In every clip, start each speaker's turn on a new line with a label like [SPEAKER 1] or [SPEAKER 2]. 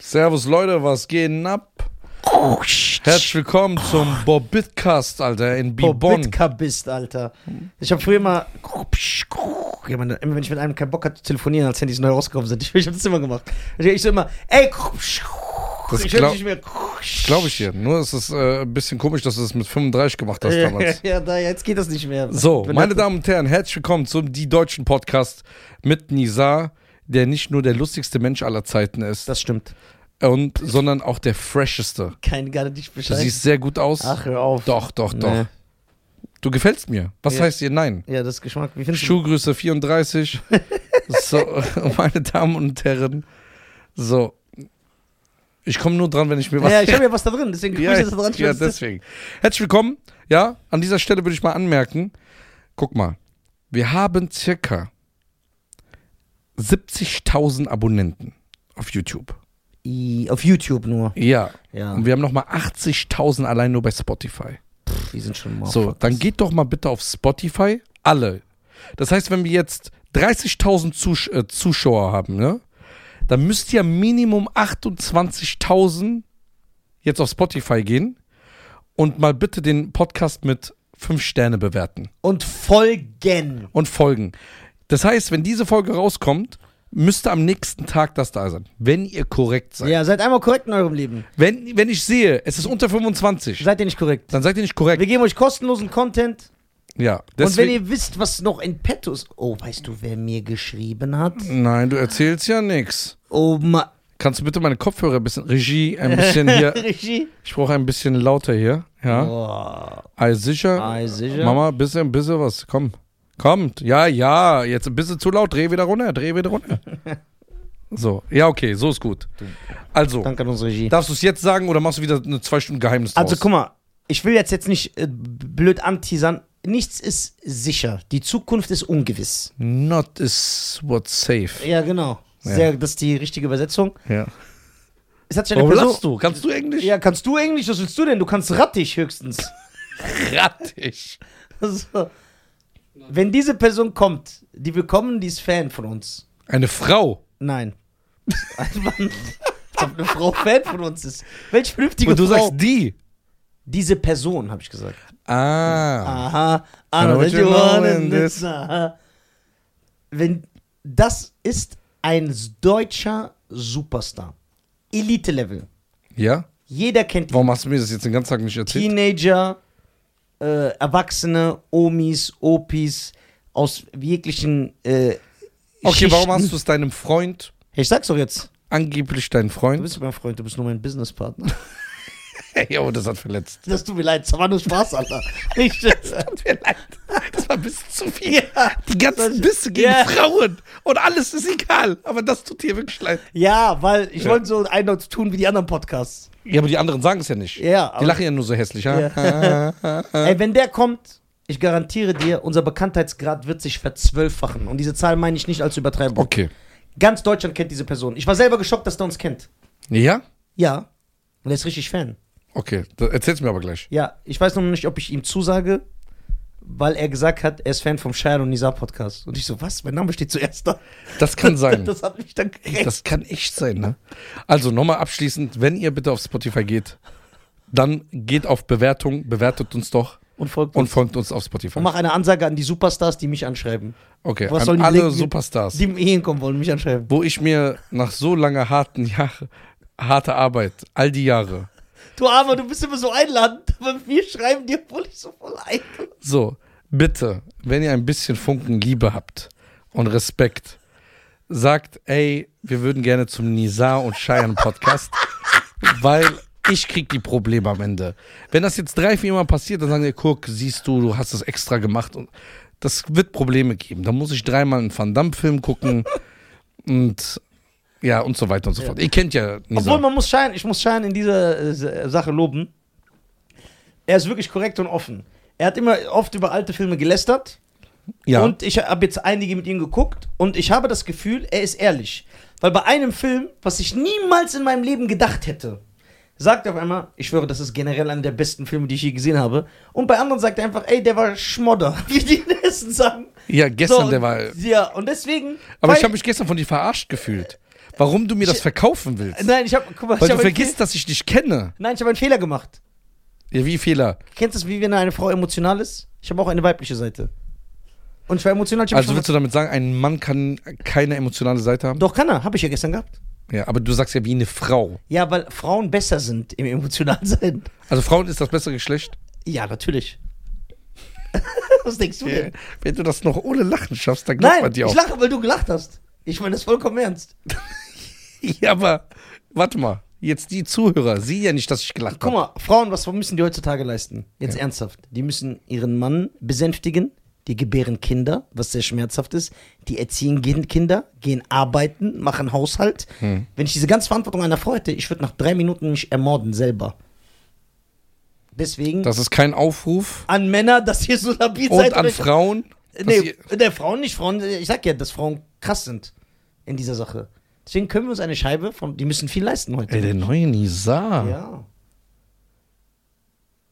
[SPEAKER 1] Servus Leute, was geht denn ab? Herzlich willkommen zum Bobitcast, Alter, in Bibon.
[SPEAKER 2] Bobitka bist, Alter. Ich habe früher mal. Immer immer wenn ich mit einem keinen Bock hatte zu telefonieren, als Handys neu rausgekommen sind. Ich, ich habe das immer gemacht. Ich, ich so immer, ey,
[SPEAKER 1] Das
[SPEAKER 2] ich höre
[SPEAKER 1] glaub-
[SPEAKER 2] nicht mehr.
[SPEAKER 1] Glaube ich dir. Nur ist es äh, ein bisschen komisch, dass du es mit 35 gemacht hast
[SPEAKER 2] Ja,
[SPEAKER 1] damals.
[SPEAKER 2] ja, da, jetzt geht das nicht mehr.
[SPEAKER 1] So,
[SPEAKER 2] Wenn
[SPEAKER 1] meine
[SPEAKER 2] das-
[SPEAKER 1] Damen und Herren, herzlich willkommen zum Die Deutschen Podcast mit Nizar, der nicht nur der lustigste Mensch aller Zeiten ist,
[SPEAKER 2] Das stimmt.
[SPEAKER 1] und, sondern auch der fresheste.
[SPEAKER 2] Kein, gar nicht
[SPEAKER 1] Du
[SPEAKER 2] Bescheid.
[SPEAKER 1] siehst sehr gut aus.
[SPEAKER 2] Ach, hör auf.
[SPEAKER 1] Doch, doch, doch.
[SPEAKER 2] Nee.
[SPEAKER 1] Du gefällst mir. Was
[SPEAKER 2] Ja.
[SPEAKER 1] heißt ihr Nein?
[SPEAKER 2] Ja, das ist Geschmack. Wie findest du?
[SPEAKER 1] Schuhgröße 34. so, meine Damen und Herren. So. Ich komme nur dran, wenn ich mir was.
[SPEAKER 2] Ja, ich habe ja was da drin, deswegen guck ich
[SPEAKER 1] ja,
[SPEAKER 2] jetzt da dran.
[SPEAKER 1] ja,
[SPEAKER 2] schmeiß das-
[SPEAKER 1] deswegen. Herzlich willkommen. Ja, an dieser Stelle würde ich mal anmerken: guck mal, wir haben circa 70.000 Abonnenten auf YouTube.
[SPEAKER 2] I- Auf YouTube nur.
[SPEAKER 1] Ja.
[SPEAKER 2] Ja,
[SPEAKER 1] Und wir haben nochmal 80.000 allein nur bei Spotify.
[SPEAKER 2] pff, die sind schon mal.
[SPEAKER 1] So, dann geht doch mal bitte auf Spotify. Alle. Das heißt, wenn wir jetzt 30.000 Zusch äh, Zuschauer haben, ne? Dann müsst ihr Minimum 28.000 jetzt auf Spotify gehen und mal bitte den Podcast mit 5 Sterne bewerten
[SPEAKER 2] Und folgen.
[SPEAKER 1] und folgen. Das heißt, wenn diese Folge rauskommt, müsste am nächsten Tag das da sein. Wenn ihr korrekt seid.
[SPEAKER 2] Ja, seid einmal korrekt in eurem Leben.
[SPEAKER 1] Wenn, wenn ich sehe, es ist unter 25,
[SPEAKER 2] Seid ihr nicht korrekt.
[SPEAKER 1] dann seid ihr nicht korrekt.
[SPEAKER 2] Wir geben euch kostenlosen Content.
[SPEAKER 1] Ja,
[SPEAKER 2] Und wenn
[SPEAKER 1] deswegen.
[SPEAKER 2] ihr wisst, was noch in petto ist. Oh, weißt du, wer mir geschrieben hat?
[SPEAKER 1] Nein, du erzählst ja nichts.
[SPEAKER 2] Oh, ma
[SPEAKER 1] Kannst du bitte meine Kopfhörer ein bisschen, Regie, ein bisschen hier.
[SPEAKER 2] Regie.
[SPEAKER 1] Ich brauche ein bisschen lauter hier. Ja.
[SPEAKER 2] Oh,
[SPEAKER 1] Ei, sicher.
[SPEAKER 2] Ei, sicher.
[SPEAKER 1] Mama, bisschen, bisschen was. Komm. Kommt. Ja, ja. Jetzt ein bisschen zu laut. Dreh wieder runter. Dreh wieder runter. so. Ja, okay. So ist gut. Also,
[SPEAKER 2] danke an unsere Regie.
[SPEAKER 1] darfst du es jetzt sagen oder machst du wieder eine zwei Stunden Geheimnis draus?
[SPEAKER 2] Also guck mal, ich will jetzt jetzt nicht äh, blöd anteasern. Nichts ist sicher. Die Zukunft ist ungewiss.
[SPEAKER 1] Not is what's safe.
[SPEAKER 2] Ja, genau. Sehr, Das ist die richtige Übersetzung.
[SPEAKER 1] Ja.
[SPEAKER 2] Es hat sich eine
[SPEAKER 1] Warum
[SPEAKER 2] Person...
[SPEAKER 1] lachst du? Kannst du Englisch?
[SPEAKER 2] Ja, kannst du Englisch? Was willst du denn? Du kannst rattig höchstens.
[SPEAKER 1] Rattig.
[SPEAKER 2] so. Wenn diese Person kommt, die wir kommen, die ist Fan von uns.
[SPEAKER 1] Eine Frau.
[SPEAKER 2] Nein. Einfach nicht. Als ob eine Frau Fan von uns ist. Welche vernünftige
[SPEAKER 1] Und du
[SPEAKER 2] Frau?
[SPEAKER 1] sagst die.
[SPEAKER 2] Diese Person, habe ich gesagt.
[SPEAKER 1] Ah.
[SPEAKER 2] Aha. I
[SPEAKER 1] know
[SPEAKER 2] know
[SPEAKER 1] what
[SPEAKER 2] that
[SPEAKER 1] you
[SPEAKER 2] you
[SPEAKER 1] want
[SPEAKER 2] want
[SPEAKER 1] in
[SPEAKER 2] in
[SPEAKER 1] this.
[SPEAKER 2] this. Aha. Wenn das ist ein deutscher Superstar. Elite-Level.
[SPEAKER 1] Ja?
[SPEAKER 2] Jeder kennt ihn.
[SPEAKER 1] Warum hast du mir das jetzt den ganzen Tag nicht erzählt?
[SPEAKER 2] Teenager, äh, Erwachsene, Omis, Opis aus jeglichen äh,
[SPEAKER 1] Okay, warum
[SPEAKER 2] Schichten.
[SPEAKER 1] hast du es deinem Freund,
[SPEAKER 2] Ich sag's doch jetzt.
[SPEAKER 1] angeblich deinen
[SPEAKER 2] Du
[SPEAKER 1] Freund?
[SPEAKER 2] bist mein Freund, du bist nur mein Businesspartner.
[SPEAKER 1] Hey, oh, das hat verletzt.
[SPEAKER 2] Das tut mir leid, das war nur Spaß, Alter. Ich,
[SPEAKER 1] Tut mir leid. Das war ein bisschen zu viel.
[SPEAKER 2] ja.
[SPEAKER 1] Die ganzen Bisse gegen
[SPEAKER 2] Ja.
[SPEAKER 1] Frauen und alles ist egal. Aber das tut dir wirklich leid.
[SPEAKER 2] ja, weil ich wollte so einen tun wie die anderen Podcasts.
[SPEAKER 1] Ja, aber die anderen sagen es ja nicht.
[SPEAKER 2] Ja,
[SPEAKER 1] Die
[SPEAKER 2] aber,
[SPEAKER 1] lachen ja nur so hässlich.
[SPEAKER 2] ey, wenn der kommt, ich garantiere dir, unser Bekanntheitsgrad wird sich verzwölffachen. Und diese Zahl meine ich nicht als Übertreibung.
[SPEAKER 1] Okay.
[SPEAKER 2] Ganz Deutschland kennt diese Person. Ich war selber geschockt, dass der uns kennt.
[SPEAKER 1] Ja?
[SPEAKER 2] Ja. Und er ist richtig Fan.
[SPEAKER 1] Okay. Da- Erzähl's mir aber gleich.
[SPEAKER 2] Ja, ich weiß noch nicht, ob ich ihm zusage, weil er gesagt hat, er ist Fan vom Shire und Nizar Podcast. Und ich so, was? Mein Name steht zuerst da.
[SPEAKER 1] Das kann sein.
[SPEAKER 2] Das hat mich dann gekränkt.
[SPEAKER 1] Das kann echt sein, ne? Also nochmal abschließend, wenn ihr bitte auf Spotify geht, dann geht auf Bewertung, bewertet uns doch
[SPEAKER 2] Und folgt
[SPEAKER 1] und
[SPEAKER 2] uns.
[SPEAKER 1] folgt uns auf Spotify.
[SPEAKER 2] Und mach eine Ansage an die Superstars, die mich anschreiben.
[SPEAKER 1] Okay,
[SPEAKER 2] Was
[SPEAKER 1] an
[SPEAKER 2] sollen die
[SPEAKER 1] alle
[SPEAKER 2] denken?
[SPEAKER 1] Superstars.
[SPEAKER 2] Die mir hinkommen wollen, mich anschreiben.
[SPEAKER 1] wo ich mir nach so langer harten Jahre, harter Arbeit, all die Jahre,
[SPEAKER 2] Du Armer, du bist immer so einladend, aber mir schreiben dir, obwohl ich so voll einlade.
[SPEAKER 1] so, bitte, wenn ihr ein bisschen Funken Liebe habt und Respekt, sagt, ey, wir würden gerne zum Nizar und Cheyenne Podcast, weil ich krieg die Probleme am Ende. Wenn das jetzt drei, vier Mal passiert, dann sagen die, guck, siehst du, du hast es extra gemacht und das wird Probleme geben. Dann muss ich dreimal einen Van Damme-Film gucken und ja, und so weiter und so fort. Ihr kennt ja
[SPEAKER 2] Obwohl
[SPEAKER 1] Nizar.
[SPEAKER 2] man muss Schein, ich muss Schein in dieser äh, Sache loben. Er ist wirklich korrekt und offen. Er hat immer oft über alte Filme gelästert.
[SPEAKER 1] Ja.
[SPEAKER 2] Und ich habe jetzt einige mit ihm geguckt und ich habe das Gefühl, er ist ehrlich. Weil bei einem Film, was ich niemals in meinem Leben gedacht hätte, sagt er auf einmal, ich schwöre, das ist generell einer der besten Filme, die ich je gesehen habe. Und bei anderen sagt er einfach, ey, der war Schmodder, wie die in Essen sagen.
[SPEAKER 1] Ja, gestern,
[SPEAKER 2] So,
[SPEAKER 1] der war.
[SPEAKER 2] Ja, und deswegen.
[SPEAKER 1] Aber
[SPEAKER 2] weil-
[SPEAKER 1] ich habe mich gestern von dir verarscht gefühlt. warum du mir das
[SPEAKER 2] Ich-
[SPEAKER 1] verkaufen willst.
[SPEAKER 2] Nein, ich habe, guck mal,
[SPEAKER 1] Weil
[SPEAKER 2] ich
[SPEAKER 1] du
[SPEAKER 2] hab halt einen
[SPEAKER 1] vergisst, dass ich dich kenne.
[SPEAKER 2] Fe- Nein, ich habe einen Fehler gemacht.
[SPEAKER 1] Ja, wie Fehler.
[SPEAKER 2] Kennst du das, wie wenn eine Frau emotional ist? Ich habe auch eine weibliche Seite. Und ich war emotional. Ich hab
[SPEAKER 1] Also
[SPEAKER 2] schon-
[SPEAKER 1] willst du damit sagen, ein Mann kann keine emotionale Seite haben?
[SPEAKER 2] Doch kann er, habe ich ja gestern gehabt.
[SPEAKER 1] Ja, aber du sagst ja wie eine Frau.
[SPEAKER 2] Ja, weil Frauen besser sind im emotionalen Sein.
[SPEAKER 1] Also Frauen ist das bessere Geschlecht.
[SPEAKER 2] Ja, natürlich. Was denkst du denn?
[SPEAKER 1] Wenn du das noch ohne Lachen schaffst, dann glaubt
[SPEAKER 2] Nein,
[SPEAKER 1] man dir
[SPEAKER 2] ich
[SPEAKER 1] auch.
[SPEAKER 2] lache, weil du gelacht hast. Ich meine das vollkommen ernst.
[SPEAKER 1] Ja, aber warte mal. Jetzt die Zuhörer sehen ja nicht, dass ich gelacht
[SPEAKER 2] Guck
[SPEAKER 1] habe.
[SPEAKER 2] mal, Frauen, was müssen die heutzutage leisten? Jetzt
[SPEAKER 1] Ja.
[SPEAKER 2] ernsthaft. Die müssen ihren Mann besänftigen, die gebären Kinder, was sehr schmerzhaft ist, die erziehen Gen- Kinder, gehen arbeiten, machen Haushalt.
[SPEAKER 1] Hm.
[SPEAKER 2] Wenn ich diese ganze Verantwortung einer Frau hätte, ich würde nach drei Minuten mich ermorden selber. Deswegen
[SPEAKER 1] Das ist kein Aufruf.
[SPEAKER 2] an Männer, dass ihr so labil
[SPEAKER 1] Und
[SPEAKER 2] seid.
[SPEAKER 1] an
[SPEAKER 2] oder-
[SPEAKER 1] Frauen. dass
[SPEAKER 2] Nee,
[SPEAKER 1] ihr-
[SPEAKER 2] der Frauen nicht. Frauen, ich sag ja, dass Frauen krass sind in dieser Sache. Deswegen können wir uns eine Scheibe von. Die müssen viel leisten heute.
[SPEAKER 1] Ey, der neue Nizar.
[SPEAKER 2] ja.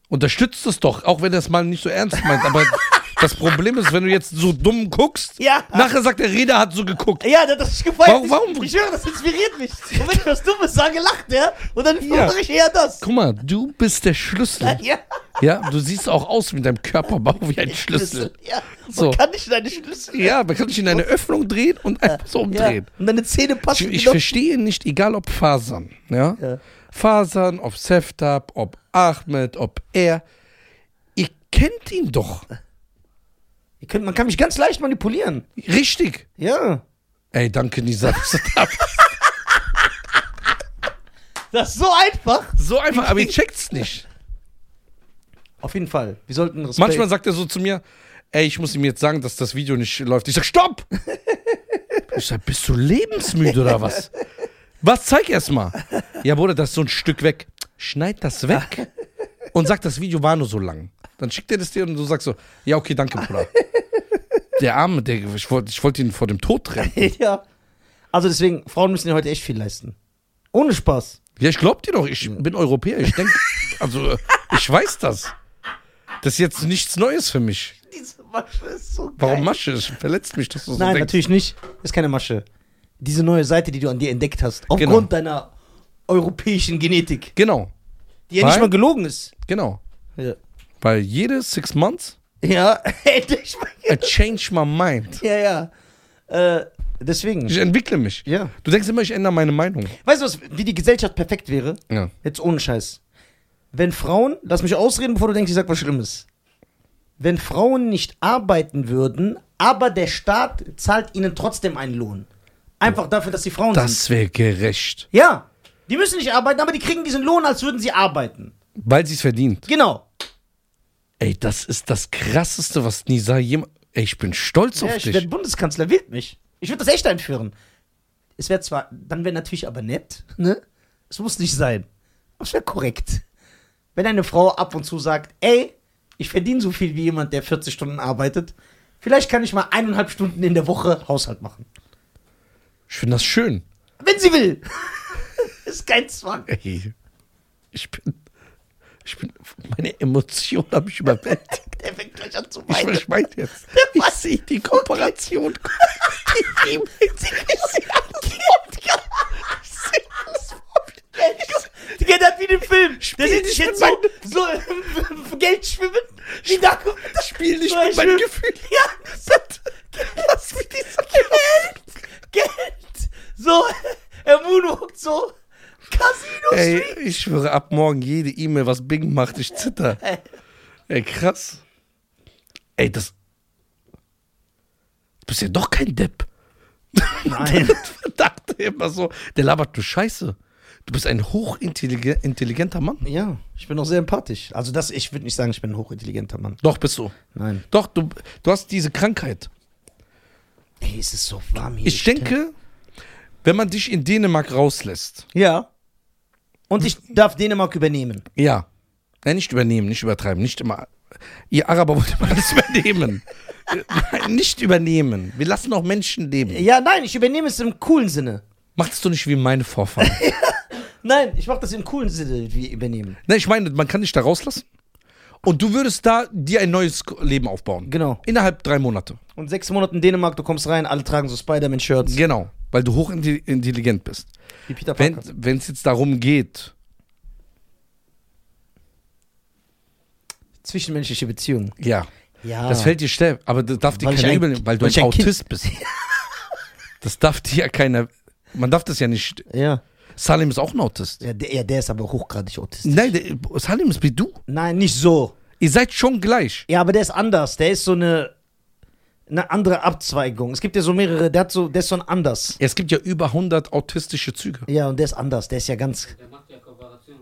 [SPEAKER 1] Unterstützt es doch, auch wenn er es mal nicht so ernst meint. Aber das Problem ist, wenn du jetzt so dumm guckst,
[SPEAKER 2] Ja.
[SPEAKER 1] nachher sagt der Reda hat so geguckt.
[SPEAKER 2] Ja, der hat das gefeiert.
[SPEAKER 1] Warum- warum-
[SPEAKER 2] Ich, ich höre, das inspiriert mich. Und wenn ich was Dummes sage, lacht er. Und dann
[SPEAKER 1] Ja.
[SPEAKER 2] höre ich eher das.
[SPEAKER 1] Guck mal, du bist der Schlüssel.
[SPEAKER 2] Ja.
[SPEAKER 1] Ja, du siehst auch aus mit deinem Körperbau wie ein Schlüssel.
[SPEAKER 2] Ja. Man
[SPEAKER 1] So.
[SPEAKER 2] kann nicht in eine Schlüssel.
[SPEAKER 1] Ja, man kann dich in eine Öffnung drehen und einfach so umdrehen.
[SPEAKER 2] Und deine Zähne
[SPEAKER 1] Ich,
[SPEAKER 2] passen.
[SPEAKER 1] ich
[SPEAKER 2] genau-
[SPEAKER 1] verstehe nicht, egal ob Fasern, ja?
[SPEAKER 2] Ja.
[SPEAKER 1] Fasern, ob Seftab, ob Ahmed, ob er. Ihr kennt ihn doch.
[SPEAKER 2] Ihr könnt- Man kann mich ganz leicht manipulieren.
[SPEAKER 1] Richtig.
[SPEAKER 2] Ja.
[SPEAKER 1] Ey, danke, Nisa. dass du da bist.
[SPEAKER 2] Das ist so einfach.
[SPEAKER 1] so einfach, aber ihr checkt's nicht.
[SPEAKER 2] Auf jeden Fall. Wir sollten Respekt.
[SPEAKER 1] Manchmal sagt er so zu mir, ey, ich muss ihm jetzt sagen, dass das Video nicht läuft. Ich sag, stopp! Ich sag, bist du lebensmüde oder was? Was? Zeig erst mal. Ja, Bruder, das ist so ein Stück weg. Schneid das weg und sag, das Video war nur so lang. Dann schickt er das dir und du sagst so, ja, okay, danke, Bruder. Der Arme, der, ich wollte ich wollt ihn vor dem Tod trennen.
[SPEAKER 2] ja. Also deswegen, Frauen müssen ja heute echt viel leisten. Ohne Spaß.
[SPEAKER 1] Ja, ich glaub dir doch, ich bin Europäer. Ich denke, also, ich weiß das. Das ist jetzt nichts Neues für mich.
[SPEAKER 2] Diese Masche ist so geil.
[SPEAKER 1] Warum Masche? Es verletzt mich, dass du so
[SPEAKER 2] Nein,
[SPEAKER 1] denkst.
[SPEAKER 2] natürlich nicht. Ist keine Masche. Diese neue Seite, die du an dir entdeckt hast, aufgrund
[SPEAKER 1] Genau.
[SPEAKER 2] deiner europäischen Genetik,
[SPEAKER 1] Genau,
[SPEAKER 2] die ja
[SPEAKER 1] Weil-
[SPEAKER 2] nicht mal gelogen ist.
[SPEAKER 1] genau.
[SPEAKER 2] Ja,
[SPEAKER 1] Weil jede six months,
[SPEAKER 2] ja endlich mal.
[SPEAKER 1] I change my mind.
[SPEAKER 2] Ja, ja. Äh, deswegen.
[SPEAKER 1] Ich entwickle mich.
[SPEAKER 2] Ja.
[SPEAKER 1] Du denkst immer, ich ändere meine Meinung.
[SPEAKER 2] Weißt du, was, wie die Gesellschaft perfekt wäre?
[SPEAKER 1] Ja.
[SPEAKER 2] Jetzt ohne Scheiß. Wenn Frauen, lass mich ausreden, bevor du denkst, ich sag was Schlimmes. Wenn Frauen nicht arbeiten würden, aber der Staat zahlt ihnen trotzdem einen Lohn. Einfach dafür, dass sie Frauen sind.
[SPEAKER 1] Das wäre gerecht.
[SPEAKER 2] Ja. Die müssen nicht arbeiten, aber die kriegen diesen Lohn, als würden sie arbeiten.
[SPEAKER 1] Weil sie es verdient.
[SPEAKER 2] Genau.
[SPEAKER 1] Ey, das ist das Krasseste, was Nisa jemals... Ey, ich bin stolz
[SPEAKER 2] Ja,
[SPEAKER 1] auf
[SPEAKER 2] ich
[SPEAKER 1] dich.
[SPEAKER 2] werde Bundeskanzler, wählt mich. Ich würde das echt einführen. Es wäre zwar, dann wäre natürlich aber nett, ne? Es muss nicht sein. Aber es wäre korrekt. Wenn eine Frau ab und zu sagt, ey, ich verdiene so viel wie jemand, der 40 Stunden arbeitet, vielleicht kann ich mal eineinhalb Stunden in der Woche Haushalt machen.
[SPEAKER 1] Ich finde das schön.
[SPEAKER 2] Wenn sie will. Ist kein Zwang.
[SPEAKER 1] Ey, ich bin... Ich bin... Meine Emotionen haben mich überwältigt.
[SPEAKER 2] Der fängt gleich an zu
[SPEAKER 1] Ich
[SPEAKER 2] weinen.
[SPEAKER 1] verschweige jetzt. Ich sehe die Kooperation. Die E-Mails.
[SPEAKER 2] Die geht halt wie den Film. Der
[SPEAKER 1] Spiel
[SPEAKER 2] sieht
[SPEAKER 1] nicht
[SPEAKER 2] sich jetzt so,
[SPEAKER 1] mit
[SPEAKER 2] so im Geld schwimmen. Wie da
[SPEAKER 1] Spiel nicht
[SPEAKER 2] So
[SPEAKER 1] mit
[SPEAKER 2] ein
[SPEAKER 1] meinen
[SPEAKER 2] Schwimm-
[SPEAKER 1] Gefühlen.
[SPEAKER 2] Ja, so, Lass mich diese Geld. Geld. So, er moonwalkt so. Casino
[SPEAKER 1] Ey,
[SPEAKER 2] Street.
[SPEAKER 1] ich schwöre, ab morgen jede E-Mail, was Bing macht, ich zitter. Ey, krass. Ey, das. Du bist ja doch kein Depp.
[SPEAKER 2] Nein.
[SPEAKER 1] Man dachte immer so, der labert nur Scheiße. Du bist ein hochintelligenter Mann.
[SPEAKER 2] Ja, ich bin auch sehr empathisch. Also das, ich würde nicht sagen, ich bin ein hochintelligenter Mann.
[SPEAKER 1] Doch, bist du.
[SPEAKER 2] Nein.
[SPEAKER 1] Doch, du, du hast diese Krankheit.
[SPEAKER 2] Ey, es ist so warm hier.
[SPEAKER 1] Ich denke, wenn man dich in Dänemark rauslässt,
[SPEAKER 2] Ja. Und ich darf Dänemark übernehmen.
[SPEAKER 1] Ja. Nein, nicht übernehmen, nicht übertreiben, nicht immer. Ihr Araber wollt immer alles übernehmen. Nein, nicht übernehmen. Wir lassen auch Menschen leben.
[SPEAKER 2] Ja, nein, ich übernehme es im coolen Sinne.
[SPEAKER 1] Macht's doch nicht wie meine Vorfahren.
[SPEAKER 2] Nein, ich mache das im coolen Sinne, wie übernehmen.
[SPEAKER 1] Nein, ich meine, man kann dich da rauslassen Und du würdest da dir ein neues Leben aufbauen.
[SPEAKER 2] Genau.
[SPEAKER 1] Innerhalb drei Monate.
[SPEAKER 2] Und sechs Monate in Dänemark, du kommst rein, alle tragen so Spider-Man-Shirts.
[SPEAKER 1] Genau. Weil du hochintelligent bist.
[SPEAKER 2] Wie Peter Parker.
[SPEAKER 1] Wenn es jetzt darum geht,
[SPEAKER 2] Zwischenmenschliche Beziehungen.
[SPEAKER 1] ja,
[SPEAKER 2] Ja.
[SPEAKER 1] das fällt dir schnell, aber das darf dir
[SPEAKER 2] Ah. Weil ich
[SPEAKER 1] keiner
[SPEAKER 2] ein-
[SPEAKER 1] übel nehmen, weil du ein
[SPEAKER 2] weil ich ein Kind-
[SPEAKER 1] Autist bist. Das darf dir ja keiner, man darf das ja nicht.
[SPEAKER 2] Ja.
[SPEAKER 1] Salim ist auch ein Autist.
[SPEAKER 2] Ja der, ja, der ist aber hochgradig autistisch.
[SPEAKER 1] Nein, der, Salim ist wie du.
[SPEAKER 2] Nein, nicht so.
[SPEAKER 1] Ihr seid schon gleich.
[SPEAKER 2] Ja, aber der ist anders. Der ist so eine, eine andere Abzweigung. Es gibt ja so mehrere, der, hat so, der ist so ein anders.
[SPEAKER 1] Es gibt ja über 100 autistische Züge.
[SPEAKER 2] Ja, und der ist anders. Der ist ja ganz.
[SPEAKER 3] Der macht ja Kooperation.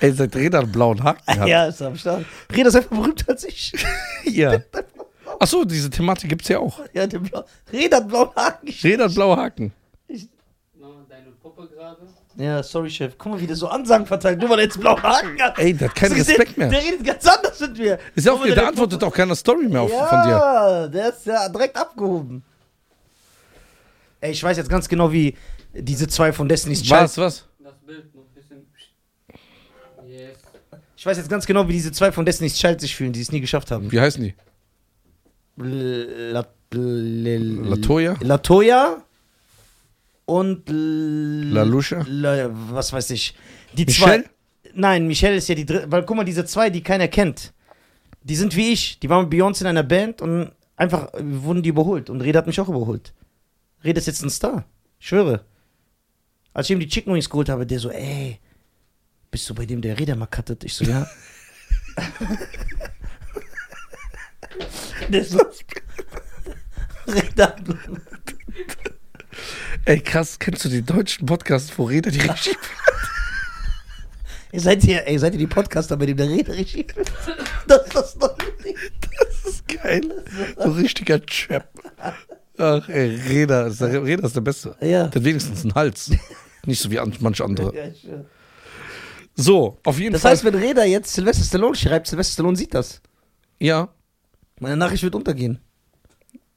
[SPEAKER 1] Ey, seit Reda einen blauen Haken hat.
[SPEAKER 2] Ja, ist am Start. Reda ist einfach berühmt als ich.
[SPEAKER 1] Ja. Achso, diese Thematik gibt es ja auch.
[SPEAKER 2] Ja, der Blau. Reda hat blauen Haken.
[SPEAKER 1] Reda hat blaue Haken.
[SPEAKER 3] Mach mal Ne, deine Puppe gerade.
[SPEAKER 2] Ja, sorry, Chef. Guck mal, wie der so Ansagen verteilt. Nur weil er jetzt blauen Haken hat.
[SPEAKER 1] Ey, der hat keinen
[SPEAKER 2] Hast du gesehen?
[SPEAKER 1] Respekt mehr.
[SPEAKER 2] Der redet ganz anders mit mir.
[SPEAKER 1] Ist ja auch,
[SPEAKER 2] Guck mal,
[SPEAKER 1] der, der antwortet auch keiner Story mehr auf,
[SPEAKER 2] ja,
[SPEAKER 1] von dir.
[SPEAKER 2] der ist ja direkt abgehoben. Ey, ich weiß jetzt ganz genau, wie diese zwei von Destiny's Child.
[SPEAKER 1] Was, was?
[SPEAKER 3] Das Bild noch ein bisschen. Yes.
[SPEAKER 2] Ich weiß jetzt ganz genau, wie diese zwei von Destiny's Child sich fühlen, die es nie geschafft haben.
[SPEAKER 1] Wie heißen die?
[SPEAKER 2] L- La- L-
[SPEAKER 1] Latoya?
[SPEAKER 2] Latoya und L-
[SPEAKER 1] Lalusha?
[SPEAKER 2] La, was weiß ich. Die
[SPEAKER 1] Michelle?
[SPEAKER 2] zwei. Nein, Michelle ist ja die dritte. Weil guck mal, diese zwei, die keiner kennt, die sind wie ich. Die waren mit Beyoncé in einer Band und einfach äh, wurden die überholt. Und Reda hat mich auch überholt. Reda ist jetzt ein Star. Ich schwöre. Als ich ihm die Chicken Wings geholt habe, der so, ey, bist du bei dem, der Reda mal cuttet? Ich so, ja. der so, Reda hat
[SPEAKER 1] Ey, krass, kennst du die deutschen Podcasts, wo Reda die richtig.
[SPEAKER 2] Ihr seid hier, ey, seid ihr die Podcaster, bei dem der Rede regie führt? Das ist das neue Ding.
[SPEAKER 1] Das ist geil. So ein richtiger Chap. Ach, ey, Reda ist der, Reda ist der Beste.
[SPEAKER 2] Ja.
[SPEAKER 1] Der hat wenigstens einen Hals. Nicht so wie an- manche andere.
[SPEAKER 2] Ja, schön.
[SPEAKER 1] So, auf jeden
[SPEAKER 2] Das
[SPEAKER 1] Fall.
[SPEAKER 2] heißt, wenn Reda jetzt Sylvester Stallone schreibt, Sylvester Stallone sieht das.
[SPEAKER 1] ja.
[SPEAKER 2] Meine Nachricht wird untergehen.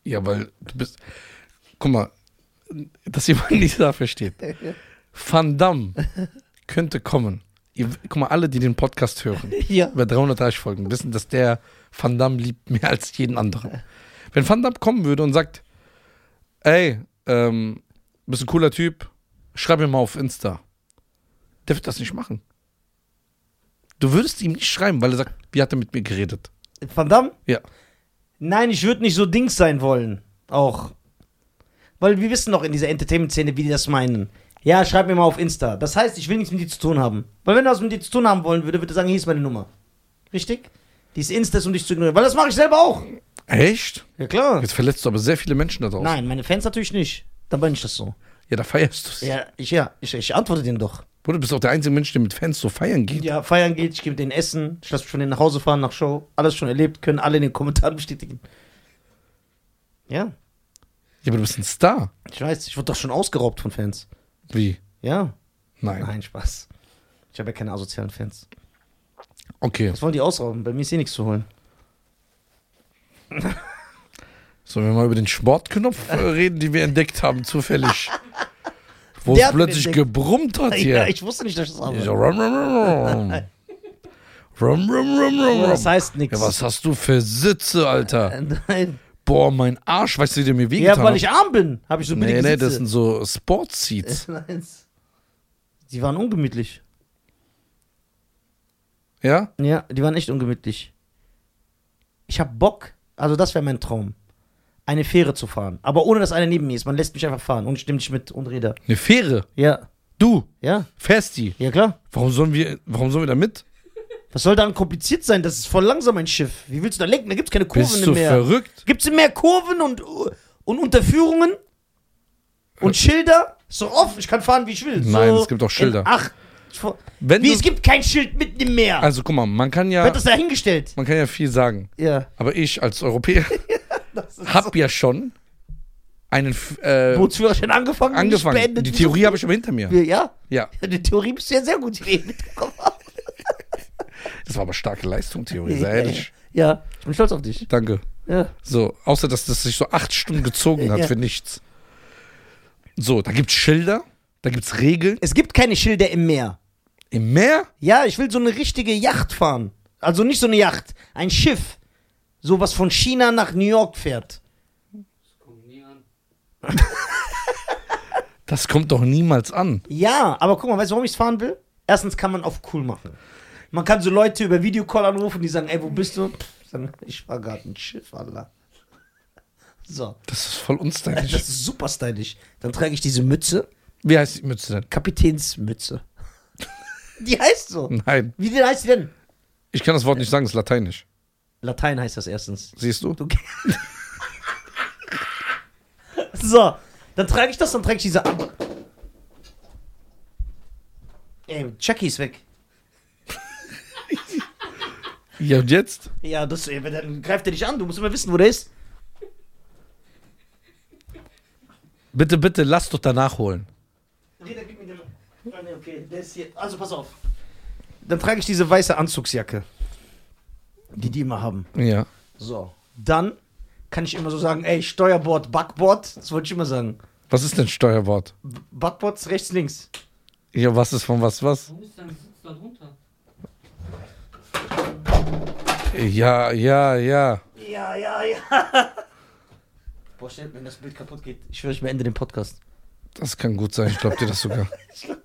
[SPEAKER 1] Ja, weil du bist. Guck mal, dass jemand nicht da versteht. Van Damme könnte kommen. Ihr, guck mal, alle, die den Podcast hören,
[SPEAKER 2] Ja.
[SPEAKER 1] über 330 Folgen, wissen, dass der Van Damme liebt mehr als jeden anderen. Wenn Van Damme kommen würde und sagt, ey, ähm, bist ein cooler Typ, schreib mir mal auf Insta. Der wird das nicht machen. Du würdest ihm nicht schreiben, weil er sagt, wie hat er mit mir geredet?
[SPEAKER 2] Van Damme?
[SPEAKER 1] Ja.
[SPEAKER 2] Nein, ich würde nicht so Dings sein wollen. Auch. Weil wir wissen doch in dieser Entertainment-Szene, wie die das meinen. Ja, schreib mir mal auf Insta. Das heißt, ich will nichts mit dir zu tun haben. Weil wenn er was mit dir zu tun haben wollen würde, würde er sagen, hier ist meine Nummer. Richtig? Die ist Insta ist, um dich zu ignorieren. Weil das mache ich selber auch.
[SPEAKER 1] Echt?
[SPEAKER 2] Ja, klar.
[SPEAKER 1] Jetzt verletzt du aber sehr viele Menschen da draußen.
[SPEAKER 2] Nein, meine Fans natürlich nicht. Dann bin ich das so.
[SPEAKER 1] Ja, da feierst du's.
[SPEAKER 2] Ja, ich, ja, ich, ich antworte denen doch.
[SPEAKER 1] Bruder, du bist auch der einzige Mensch, der mit Fans so feiern geht.
[SPEAKER 2] Ja, feiern geht, ich gehe mit denen essen, ich lasse mich von denen nach Hause fahren, nach Show. Alles schon erlebt, können alle in den Kommentaren bestätigen. Ja,
[SPEAKER 1] Ja, aber du bist ein Star.
[SPEAKER 2] ich weiß, ich wurde doch schon ausgeraubt von Fans.
[SPEAKER 1] Wie?
[SPEAKER 2] Ja,
[SPEAKER 1] Nein.
[SPEAKER 2] nein, Spaß. Ich habe ja keine asozialen Fans.
[SPEAKER 1] Okay.
[SPEAKER 2] Was wollen die ausrauben? Bei mir ist eh nichts zu holen.
[SPEAKER 1] Sollen wir mal über den Sportknopf äh, reden, den wir entdeckt haben, zufällig? Wo es
[SPEAKER 2] Der hat ihn
[SPEAKER 1] plötzlich
[SPEAKER 2] entdeckt.
[SPEAKER 1] gebrummt hat hier.
[SPEAKER 2] Ja, ich wusste nicht, dass ich das habe.
[SPEAKER 1] so, rum, rum, rum, rum. Rum, rum, rum, rum,
[SPEAKER 2] Ja,
[SPEAKER 1] rum.
[SPEAKER 2] das heißt nichts.
[SPEAKER 1] Ja, was hast du für Sitze, Alter?
[SPEAKER 2] Nein.
[SPEAKER 1] Boah, mein Arsch, weißt du, wie der mir
[SPEAKER 2] Äh, Ja,
[SPEAKER 1] wehgetan
[SPEAKER 2] weil
[SPEAKER 1] hat?
[SPEAKER 2] ich arm bin, habe ich so billige
[SPEAKER 1] Nee, nee, das
[SPEAKER 2] Sitze. Äh,
[SPEAKER 1] sind so Sportseats.
[SPEAKER 2] Nein. Die waren ungemütlich. Äh.
[SPEAKER 1] Ja?
[SPEAKER 2] Ja, die waren echt ungemütlich. Ich hab Bock, also das wäre mein Traum. Eine Fähre zu fahren. Aber ohne dass einer neben mir ist. Man lässt mich einfach fahren und stimmt nicht mit und Räder.
[SPEAKER 1] Eine Fähre.
[SPEAKER 2] Ja,
[SPEAKER 1] Du,
[SPEAKER 2] ja,
[SPEAKER 1] fährst die.
[SPEAKER 2] ja klar.
[SPEAKER 1] Warum sollen wir, warum sollen wir da mit?
[SPEAKER 2] Was soll daran kompliziert sein? Das ist voll langsam ein Schiff. Wie willst du da lenken? Da gibt's keine
[SPEAKER 1] Bist
[SPEAKER 2] Kurven
[SPEAKER 1] du
[SPEAKER 2] mehr.
[SPEAKER 1] verrückt?
[SPEAKER 2] Gibt's mehr Kurven und, und Unterführungen? Und Schilder? Ist doch offen. Ich kann fahren, wie ich will.
[SPEAKER 1] Äh. Nein,
[SPEAKER 2] so
[SPEAKER 1] es gibt auch Schilder.
[SPEAKER 2] in Acht.
[SPEAKER 1] Wenn
[SPEAKER 2] Wie,
[SPEAKER 1] du-
[SPEAKER 2] es gibt kein Schild mitten im Meer.
[SPEAKER 1] Also guck mal, man kann ja,
[SPEAKER 2] Wird das dahingestellt?
[SPEAKER 1] man kann ja viel sagen.
[SPEAKER 2] Ja.
[SPEAKER 1] Aber ich als Europäer hab ja schon einen F- äh,
[SPEAKER 2] Bootsführerschein angefangen, und nicht
[SPEAKER 1] angefangen.
[SPEAKER 2] beendet.
[SPEAKER 1] Die Theorie habe ich aber hinter mir.
[SPEAKER 2] Wir- Ja,
[SPEAKER 1] Ja,
[SPEAKER 2] die Theorie bist du ja sehr gut in mitgekommen.
[SPEAKER 1] das war aber starke Leistung, Theorie. Sehr ehrlich.
[SPEAKER 2] Ja, ich bin stolz auf dich.
[SPEAKER 1] Danke.
[SPEAKER 2] Ja.
[SPEAKER 1] So, außer dass das sich so acht Stunden gezogen hat
[SPEAKER 2] Ja.
[SPEAKER 1] für nichts. So, da gibt's Schilder. Da gibt's Regeln.
[SPEAKER 2] Es gibt keine Schilder im Meer.
[SPEAKER 1] Im Meer?
[SPEAKER 2] Ja, ich will so eine richtige Yacht fahren. Also nicht so eine Yacht, ein Schiff. So was von China nach New York fährt.
[SPEAKER 3] Das kommt nie an.
[SPEAKER 1] Das kommt doch niemals an.
[SPEAKER 2] Ja, aber guck mal, weißt du, warum ich es fahren will? Erstens kann man auf cool machen. Man kann so Leute über Videocall anrufen, die sagen, ey, wo bist du? Ich sag, Ich war gerade ein Schiff, Allah. So,
[SPEAKER 1] Das ist voll
[SPEAKER 2] das
[SPEAKER 1] unstylisch.
[SPEAKER 2] ist super stylisch. Dann trage ich diese Mütze,
[SPEAKER 1] Wie heißt die Mütze denn?
[SPEAKER 2] Kapitänsmütze. Die heißt so.
[SPEAKER 1] Nein,
[SPEAKER 2] Wie denn heißt die denn?
[SPEAKER 1] ich kann das Wort nicht sagen, es ist lateinisch.
[SPEAKER 2] Latein heißt das erstens.
[SPEAKER 1] Siehst du?
[SPEAKER 2] Du so, dann trage ich das, dann trage ich diese ab. Ey, Chucky ist weg.
[SPEAKER 1] Ja, und jetzt?
[SPEAKER 2] Ja, das, ey, wenn- dann greift er dich an, du musst immer wissen, wo der ist.
[SPEAKER 1] Bitte, bitte, lass doch danach holen.
[SPEAKER 2] Nee, dann gib mir den. Ah, nee, okay, der ist hier. Also pass auf. Dann trage ich diese weiße Anzugsjacke, die die immer haben.
[SPEAKER 1] Ja.
[SPEAKER 2] So, dann kann ich immer so sagen, ey, Steuerbord, Backbord. Das wollte ich immer sagen.
[SPEAKER 1] Was ist denn Steuerbord?
[SPEAKER 2] B- Backbord ist rechts, links.
[SPEAKER 1] Ja, was ist von was was?
[SPEAKER 3] Warum ist dein Sitz da drunter?
[SPEAKER 1] Ja, ja, ja.
[SPEAKER 2] Ja, ja, ja. Boah, stell, wenn das Bild kaputt geht, ich schwöre, ich beende den Podcast.
[SPEAKER 1] Das kann gut sein, ich glaube dir das sogar.
[SPEAKER 2] Ich glaub,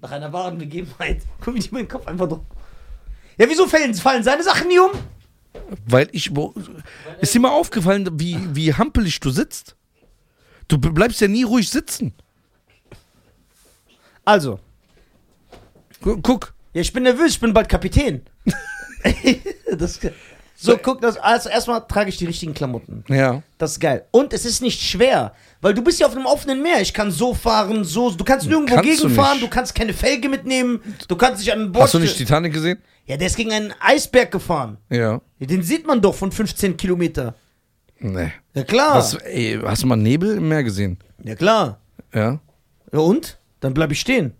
[SPEAKER 2] Nach einer wahren Begebenheit. Guck, wie die meinen Kopf einfach drauf. Ja, wieso fallen, fallen seine Sachen nie um?
[SPEAKER 1] Weil ich. wo- Ist dir mal aufgefallen, wie, wie hampelig du sitzt? Du b- bleibst ja nie ruhig sitzen.
[SPEAKER 2] Also,
[SPEAKER 1] Gu- Guck.
[SPEAKER 2] ja, ich bin nervös, ich bin bald Kapitän. das, so, guck, das, also erstmal trage ich die richtigen Klamotten.
[SPEAKER 1] Ja.
[SPEAKER 2] Das ist geil. Und es ist nicht schwer, weil du bist ja auf einem offenen Meer. Ich kann so fahren, so. Du kannst nirgendwo
[SPEAKER 1] Kannst du
[SPEAKER 2] gegenfahren, du,
[SPEAKER 1] nicht.
[SPEAKER 2] kannst keine Felge mitnehmen, du kannst dich an ein Board.
[SPEAKER 1] Hast du nicht
[SPEAKER 2] ste-
[SPEAKER 1] Titanic gesehen?
[SPEAKER 2] ja, der ist gegen einen Eisberg gefahren.
[SPEAKER 1] Ja.
[SPEAKER 2] Ja, Den sieht man doch von 15 Kilometer.
[SPEAKER 1] Nee.
[SPEAKER 2] Ja klar.
[SPEAKER 1] Was, ey, hast du mal Nebel im Meer gesehen?
[SPEAKER 2] Ja klar.
[SPEAKER 1] Ja.
[SPEAKER 2] Ja und? Dann bleib ich stehen.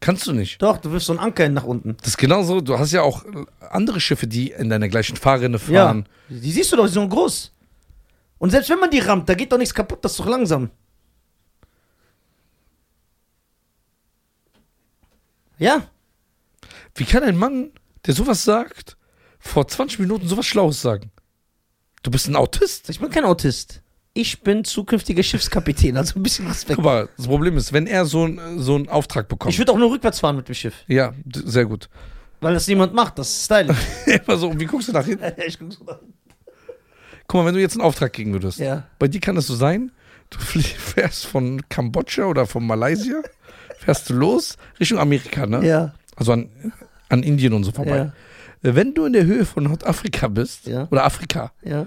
[SPEAKER 1] Kannst du nicht.
[SPEAKER 2] Doch, du wirfst so einen Anker hin nach unten.
[SPEAKER 1] Das ist genauso. Du hast ja auch andere Schiffe, die in deiner gleichen Fahrrinne fahren.
[SPEAKER 2] Ja. Die siehst du doch, die sind so groß. Und selbst wenn man die rammt, da geht doch nichts kaputt, das ist doch langsam. Ja,
[SPEAKER 1] Wie kann ein Mann, der sowas sagt, vor 20 Minuten sowas Schlaues sagen? Du bist ein Autist.
[SPEAKER 2] ich bin kein Autist. Ich bin zukünftiger Schiffskapitän, also ein bisschen Respekt.
[SPEAKER 1] Guck mal, das Problem ist, wenn er so, ein, so einen Auftrag bekommt.
[SPEAKER 2] Ich würde auch nur rückwärts fahren mit dem Schiff,
[SPEAKER 1] ja, d- sehr gut.
[SPEAKER 2] weil das niemand macht, das ist stylisch.
[SPEAKER 1] Immer so, wie guckst du nach hinten?
[SPEAKER 2] ich guck so nach-
[SPEAKER 1] Guck mal, wenn du jetzt einen Auftrag kriegen würdest,
[SPEAKER 2] ja.
[SPEAKER 1] bei dir kann es so sein, du flie- fährst von Kambodscha oder von Malaysia, fährst du los Richtung Amerika, ne?
[SPEAKER 2] Ja.
[SPEAKER 1] Also an, an Indien und so vorbei. Äh,
[SPEAKER 2] Ja.
[SPEAKER 1] Wenn du in der Höhe von Nordafrika bist,
[SPEAKER 2] Ja.
[SPEAKER 1] oder Afrika,
[SPEAKER 2] Ja.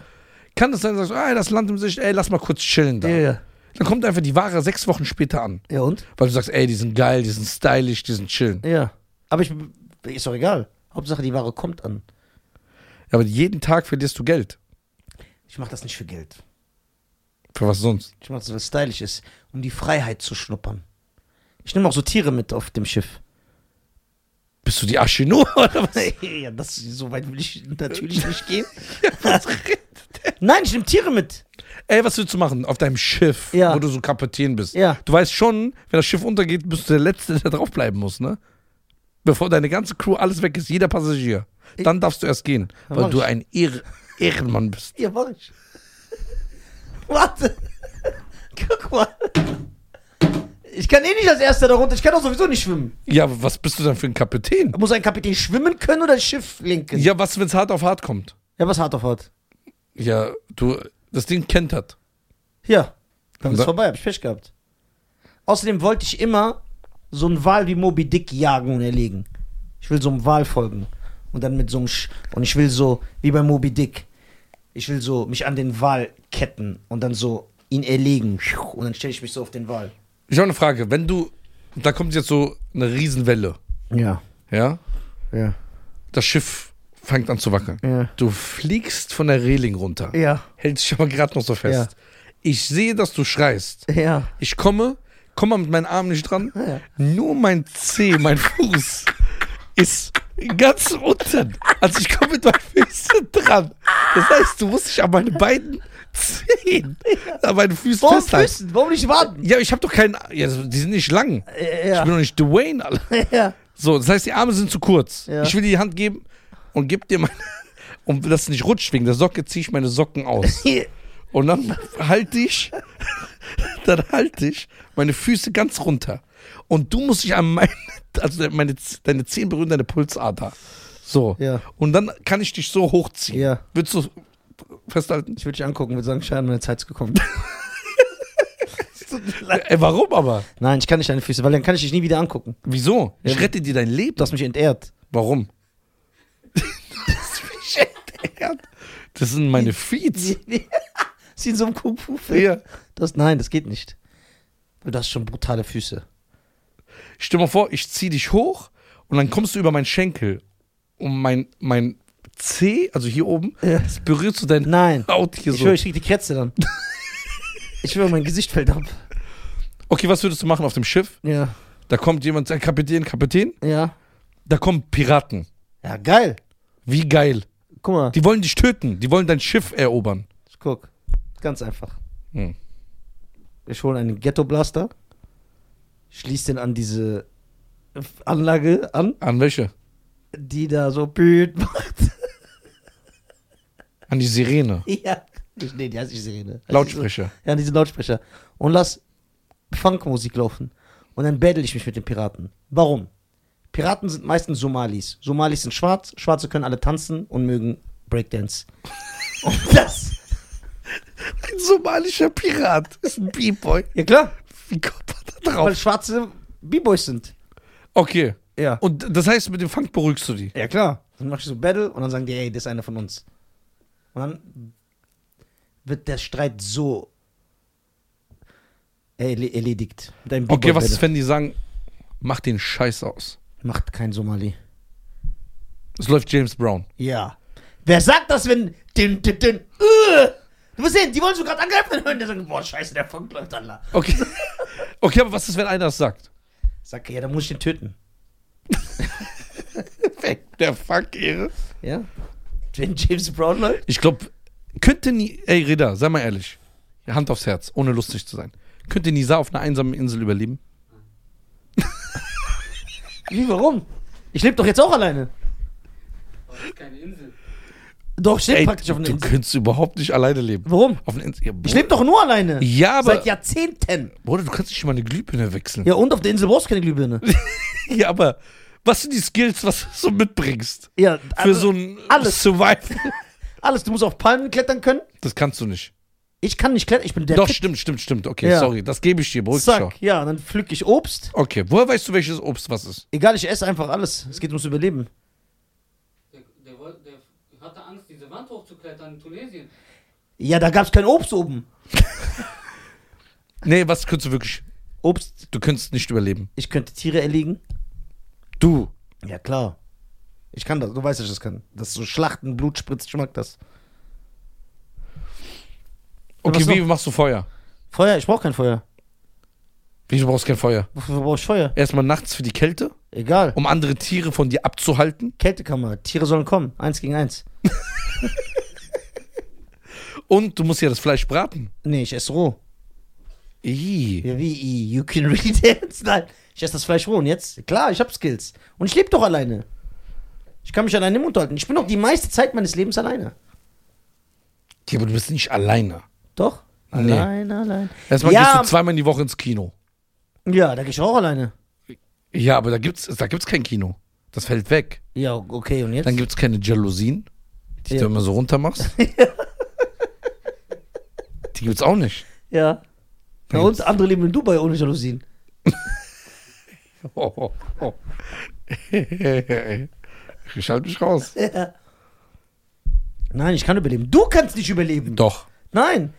[SPEAKER 1] kann es sein, dass du sagst, ey, das Land im Sicht, ey, lass mal kurz chillen da.
[SPEAKER 2] Ja. Ja.
[SPEAKER 1] Dann kommt einfach die Ware sechs Wochen später an,
[SPEAKER 2] ja und?
[SPEAKER 1] weil du sagst, ey, die sind geil, die sind stylisch, die sind chillen.
[SPEAKER 2] Ja. Aber ich, ist doch egal. Hauptsache, die Ware kommt an.
[SPEAKER 1] Aber jeden Tag verlierst du Geld.
[SPEAKER 2] Ich mache das nicht für Geld.
[SPEAKER 1] Für was sonst?
[SPEAKER 2] Ich mache das, weil es stylisch ist, um die Freiheit zu schnuppern. Ich nehme auch so Tiere mit auf dem Schiff.
[SPEAKER 1] Bist du die Aschino oder was?
[SPEAKER 2] ja, das, so weit will ich natürlich nicht gehen.
[SPEAKER 1] was redet
[SPEAKER 2] Nein, ich nehme Tiere mit.
[SPEAKER 1] Ey, was willst du machen auf deinem Schiff,
[SPEAKER 2] Ja.
[SPEAKER 1] wo du so Kapitän bist?
[SPEAKER 2] Ja.
[SPEAKER 1] Du weißt schon, wenn das Schiff untergeht, bist du der Letzte, der draufbleiben muss, ne? Bevor deine ganze Crew alles weg ist, jeder Passagier. Dann darfst du erst gehen,
[SPEAKER 2] Dann
[SPEAKER 1] weil
[SPEAKER 2] mach
[SPEAKER 1] du
[SPEAKER 2] ich.
[SPEAKER 1] ein Ehre Ehrenmann bist.
[SPEAKER 2] Ja, mach ich. Warte. Guck mal. Ich kann eh nicht als Erster darunter. Ich kann auch sowieso nicht schwimmen.
[SPEAKER 1] Ja, aber was bist du dann für ein Kapitän?
[SPEAKER 2] Muss ein Kapitän schwimmen können oder das Schiff lenken?
[SPEAKER 1] Ja, was, wenn es hart auf hart kommt?
[SPEAKER 2] ja was hart auf hart.
[SPEAKER 1] Ja, du, das Ding kentert.
[SPEAKER 2] Ja. Dann ist
[SPEAKER 1] Da-
[SPEAKER 2] vorbei, hab ich Pech gehabt. Außerdem wollte ich immer so einen Wal wie Moby Dick jagen und erlegen. Ich will so einem Wal folgen. Und dann mit so einem Sch Und ich will so, wie bei Moby Dick, ich will so mich an den Wal ketten und dann so ihn erlegen. Und dann stelle ich mich so auf den Wal.
[SPEAKER 1] Ich habe eine Frage. Wenn du, da kommt jetzt so eine Riesenwelle,
[SPEAKER 2] Ja,
[SPEAKER 1] ja?
[SPEAKER 2] ja,
[SPEAKER 1] Das Schiff fängt an zu wackeln.
[SPEAKER 2] ja.
[SPEAKER 1] Du fliegst von der Reling runter.
[SPEAKER 2] Ja,
[SPEAKER 1] Hältst dich aber gerade noch so fest. Ich sehe, dass du schreist.
[SPEAKER 2] ja.
[SPEAKER 1] Ich komme, komme mit meinen Armen nicht dran.
[SPEAKER 2] Ja.
[SPEAKER 1] Nur mein Zeh, mein Fuß ist ganz unten. Also ich komme mit meinen Füßen dran. Das heißt, du musst dich an meine beiden Zehn. An meinen Füßen
[SPEAKER 2] Warum
[SPEAKER 1] festhalten.
[SPEAKER 2] Füßen? Warum nicht warten?
[SPEAKER 1] Ja, ich habe doch keinen. Ja, die sind nicht lang.
[SPEAKER 2] Äh,
[SPEAKER 1] Ich bin
[SPEAKER 2] Ja,
[SPEAKER 1] doch nicht Dwayne, Alter.
[SPEAKER 2] ja.
[SPEAKER 1] So, das heißt, die Arme sind zu kurz.
[SPEAKER 2] Ja.
[SPEAKER 1] Ich will dir die Hand geben und gib dir meine. Und das nicht rutscht wegen der Socke, ziehe ich meine Socken aus.
[SPEAKER 2] ja.
[SPEAKER 1] Und dann halte ich. Dann halte ich meine Füße ganz runter. Und du musst dich an meine. Also meine, deine Zehen berühren deine Pulsader. So.
[SPEAKER 2] Ja.
[SPEAKER 1] Und dann kann ich dich so hochziehen.
[SPEAKER 2] Ja.
[SPEAKER 1] Würdest du festhalten?
[SPEAKER 2] Ich würde dich angucken, würde sagen, schade, meine Zeit ist gekommen.
[SPEAKER 1] Ey, Äh, warum aber?
[SPEAKER 2] Nein, ich kann nicht deine Füße, weil dann kann ich dich nie wieder angucken.
[SPEAKER 1] Wieso? Ich
[SPEAKER 2] Ja.
[SPEAKER 1] rette dir dein Leben.
[SPEAKER 2] Du hast mich entehrt.
[SPEAKER 1] Warum? Das sind meine Feeds.
[SPEAKER 2] Sie in so einem Kung-Fu-Film.
[SPEAKER 1] Ja.
[SPEAKER 2] Das, nein, das geht nicht. Weil Du hast schon brutale Füße.
[SPEAKER 1] Stell dir mal vor, ich zieh dich hoch und dann kommst du über meinen Schenkel und mein, mein C, also hier oben,
[SPEAKER 2] Ja.
[SPEAKER 1] das berührt so deine
[SPEAKER 2] Nein.
[SPEAKER 1] Haut hier
[SPEAKER 2] Ich
[SPEAKER 1] so.
[SPEAKER 2] schwöre, ich krieg die Krätze dann. ich schwöre, mein Gesicht fällt ab.
[SPEAKER 1] Okay, was würdest du machen auf dem Schiff?
[SPEAKER 2] Ja,
[SPEAKER 1] Da kommt jemand, sagt Kapitän, Kapitän,
[SPEAKER 2] ja.
[SPEAKER 1] da kommen Piraten.
[SPEAKER 2] Ja, geil.
[SPEAKER 1] Wie geil.
[SPEAKER 2] Guck mal.
[SPEAKER 1] Die wollen dich töten, die wollen dein Schiff erobern.
[SPEAKER 2] Guck. Ganz einfach.
[SPEAKER 1] Hm.
[SPEAKER 2] Ich hole einen Ghetto-Blaster, schließe den an diese Anlage an,
[SPEAKER 1] An welche?
[SPEAKER 2] die da so blöd macht.
[SPEAKER 1] An die Sirene.
[SPEAKER 2] ja. Ich, nee, die heißt nicht Sirene.
[SPEAKER 1] Also
[SPEAKER 2] Heißt
[SPEAKER 1] Lautsprecher.
[SPEAKER 2] Diese, ja, diese Lautsprecher. Und lass Funkmusik laufen. Und dann battle ich mich mit den Piraten. Warum? Piraten sind meistens Somalis. Somalis sind schwarz, Schwarze können alle tanzen und mögen Breakdance. Und das.
[SPEAKER 1] Ein somalischer Pirat ist ein B-Boy.
[SPEAKER 2] Ja klar,
[SPEAKER 1] Wie kommt man da
[SPEAKER 2] weil
[SPEAKER 1] drauf?
[SPEAKER 2] Schwarze B-Boys sind.
[SPEAKER 1] Okay.
[SPEAKER 2] Ja.
[SPEAKER 1] Und das heißt, mit dem Funk beruhigst du die.
[SPEAKER 2] Ja, klar. Dann machst du so Battle und dann sagen die, ey, das ist einer von uns. Und dann wird der Streit so erle- erledigt. Mit einem
[SPEAKER 1] Okay, was ist,
[SPEAKER 2] Battle.
[SPEAKER 1] wenn die sagen, mach den Scheiß aus?
[SPEAKER 2] Macht kein Somali.
[SPEAKER 1] Es läuft James Brown.
[SPEAKER 2] Ja. Wer sagt das, wenn. Din, din, din, äh, du musst sehen, die wollen so gerade angreifen und hören, der sagt, boah, scheiße, der Funk läuft, Allah.
[SPEAKER 1] Okay. Okay, aber was ist, wenn einer das sagt?
[SPEAKER 2] Sag, ja, dann muss ich den töten.
[SPEAKER 1] Weg, der Fuck-Ehre.
[SPEAKER 2] Ja. Wenn James Brown läuft.
[SPEAKER 1] Ich glaube, könnte nie. Ey, Reda, sei mal ehrlich. Hand aufs Herz, ohne lustig zu sein. Könnte Nisa auf einer einsamen Insel überleben?
[SPEAKER 2] Wie, warum? Ich lebe doch jetzt auch alleine.
[SPEAKER 3] Aber Oh, das ist keine Insel.
[SPEAKER 2] Doch, ich lebe
[SPEAKER 1] Ey,
[SPEAKER 2] praktisch auf einer
[SPEAKER 1] du
[SPEAKER 2] Insel.
[SPEAKER 1] könntest überhaupt nicht alleine leben.
[SPEAKER 2] Warum?
[SPEAKER 1] Auf einer Insel. Ja,
[SPEAKER 2] Ich lebe doch nur alleine.
[SPEAKER 1] Ja, aber-
[SPEAKER 2] Seit Jahrzehnten.
[SPEAKER 1] Bruder, du kannst nicht mal eine Glühbirne wechseln.
[SPEAKER 2] Ja, und auf der Insel brauchst du keine Glühbirne.
[SPEAKER 1] Ja. aber was sind die Skills, was du so mitbringst?
[SPEAKER 2] Ja,
[SPEAKER 1] Für
[SPEAKER 2] also
[SPEAKER 1] so ein
[SPEAKER 2] alles.
[SPEAKER 1] Survival.
[SPEAKER 2] alles. Du musst auf Palmen klettern können.
[SPEAKER 1] Das kannst du nicht.
[SPEAKER 2] Ich kann nicht klettern, ich bin der
[SPEAKER 1] Doch,
[SPEAKER 2] Typ.
[SPEAKER 1] stimmt, stimmt, stimmt. Okay,
[SPEAKER 2] Ja.
[SPEAKER 1] sorry. Das gebe ich dir, beruhig dich doch.
[SPEAKER 2] Zack, ja, dann pflück ich Obst.
[SPEAKER 1] Okay, woher weißt du, welches Obst was ist?
[SPEAKER 2] Egal, ich esse einfach alles. Es geht ums Überleben.
[SPEAKER 3] Der, der, wollte- der hatte Angst, diese Wand hochzuklettern in Tunesien.
[SPEAKER 2] Ja, da gab's kein Obst oben.
[SPEAKER 1] Nee, was könntest du wirklich?
[SPEAKER 2] Obst,
[SPEAKER 1] Du könntest nicht überleben.
[SPEAKER 2] ich könnte Tiere erlegen.
[SPEAKER 1] Du.
[SPEAKER 2] Ja, klar. Ich kann das, du weißt, dass ich das kann. Das ist so Schlachten, Blutspritz, ich mag das. Und
[SPEAKER 1] Okay,
[SPEAKER 2] was noch?
[SPEAKER 1] wie machst du Feuer?
[SPEAKER 2] Feuer, ich brauche kein Feuer.
[SPEAKER 1] Wieso brauchst du kein Feuer?
[SPEAKER 2] Wofür brauche ich Feuer?
[SPEAKER 1] Erstmal nachts für die Kälte,
[SPEAKER 2] Egal.
[SPEAKER 1] um andere Tiere von dir abzuhalten.
[SPEAKER 2] Kältekammer, Tiere sollen kommen. Eins gegen eins.
[SPEAKER 1] Und du musst ja das Fleisch braten.
[SPEAKER 2] Nee, ich esse roh.
[SPEAKER 1] Ih.
[SPEAKER 2] Ja, wie, i, you can read it. Nein, ich esse das Fleisch roh und jetzt, klar, ich habe Skills. Und ich lebe doch alleine. Ich kann mich alleine im Mund halten. Ich bin doch die meiste Zeit meines Lebens alleine.
[SPEAKER 1] Ja, aber du bist nicht alleine.
[SPEAKER 2] Doch?
[SPEAKER 1] Nee.
[SPEAKER 2] Allein, allein.
[SPEAKER 1] Erstmal
[SPEAKER 2] ja,
[SPEAKER 1] gehst du zweimal in die Woche ins Kino.
[SPEAKER 2] ja, da gehe ich auch alleine.
[SPEAKER 1] Ja, aber da gibt's, da gibt's kein Kino. Das fällt weg.
[SPEAKER 2] Ja, okay, und jetzt?
[SPEAKER 1] Dann gibt's keine Jalousien, die
[SPEAKER 2] Ja.
[SPEAKER 1] du immer so runtermachst. die gibt's auch nicht.
[SPEAKER 2] ja. Bei uns, andere leben in Dubai ohne Jalousien.
[SPEAKER 1] Oh, oh, oh. ich halte mich raus.
[SPEAKER 2] Ja. Nein, ich kann überleben. Du kannst nicht überleben.
[SPEAKER 1] Doch.
[SPEAKER 2] Nein.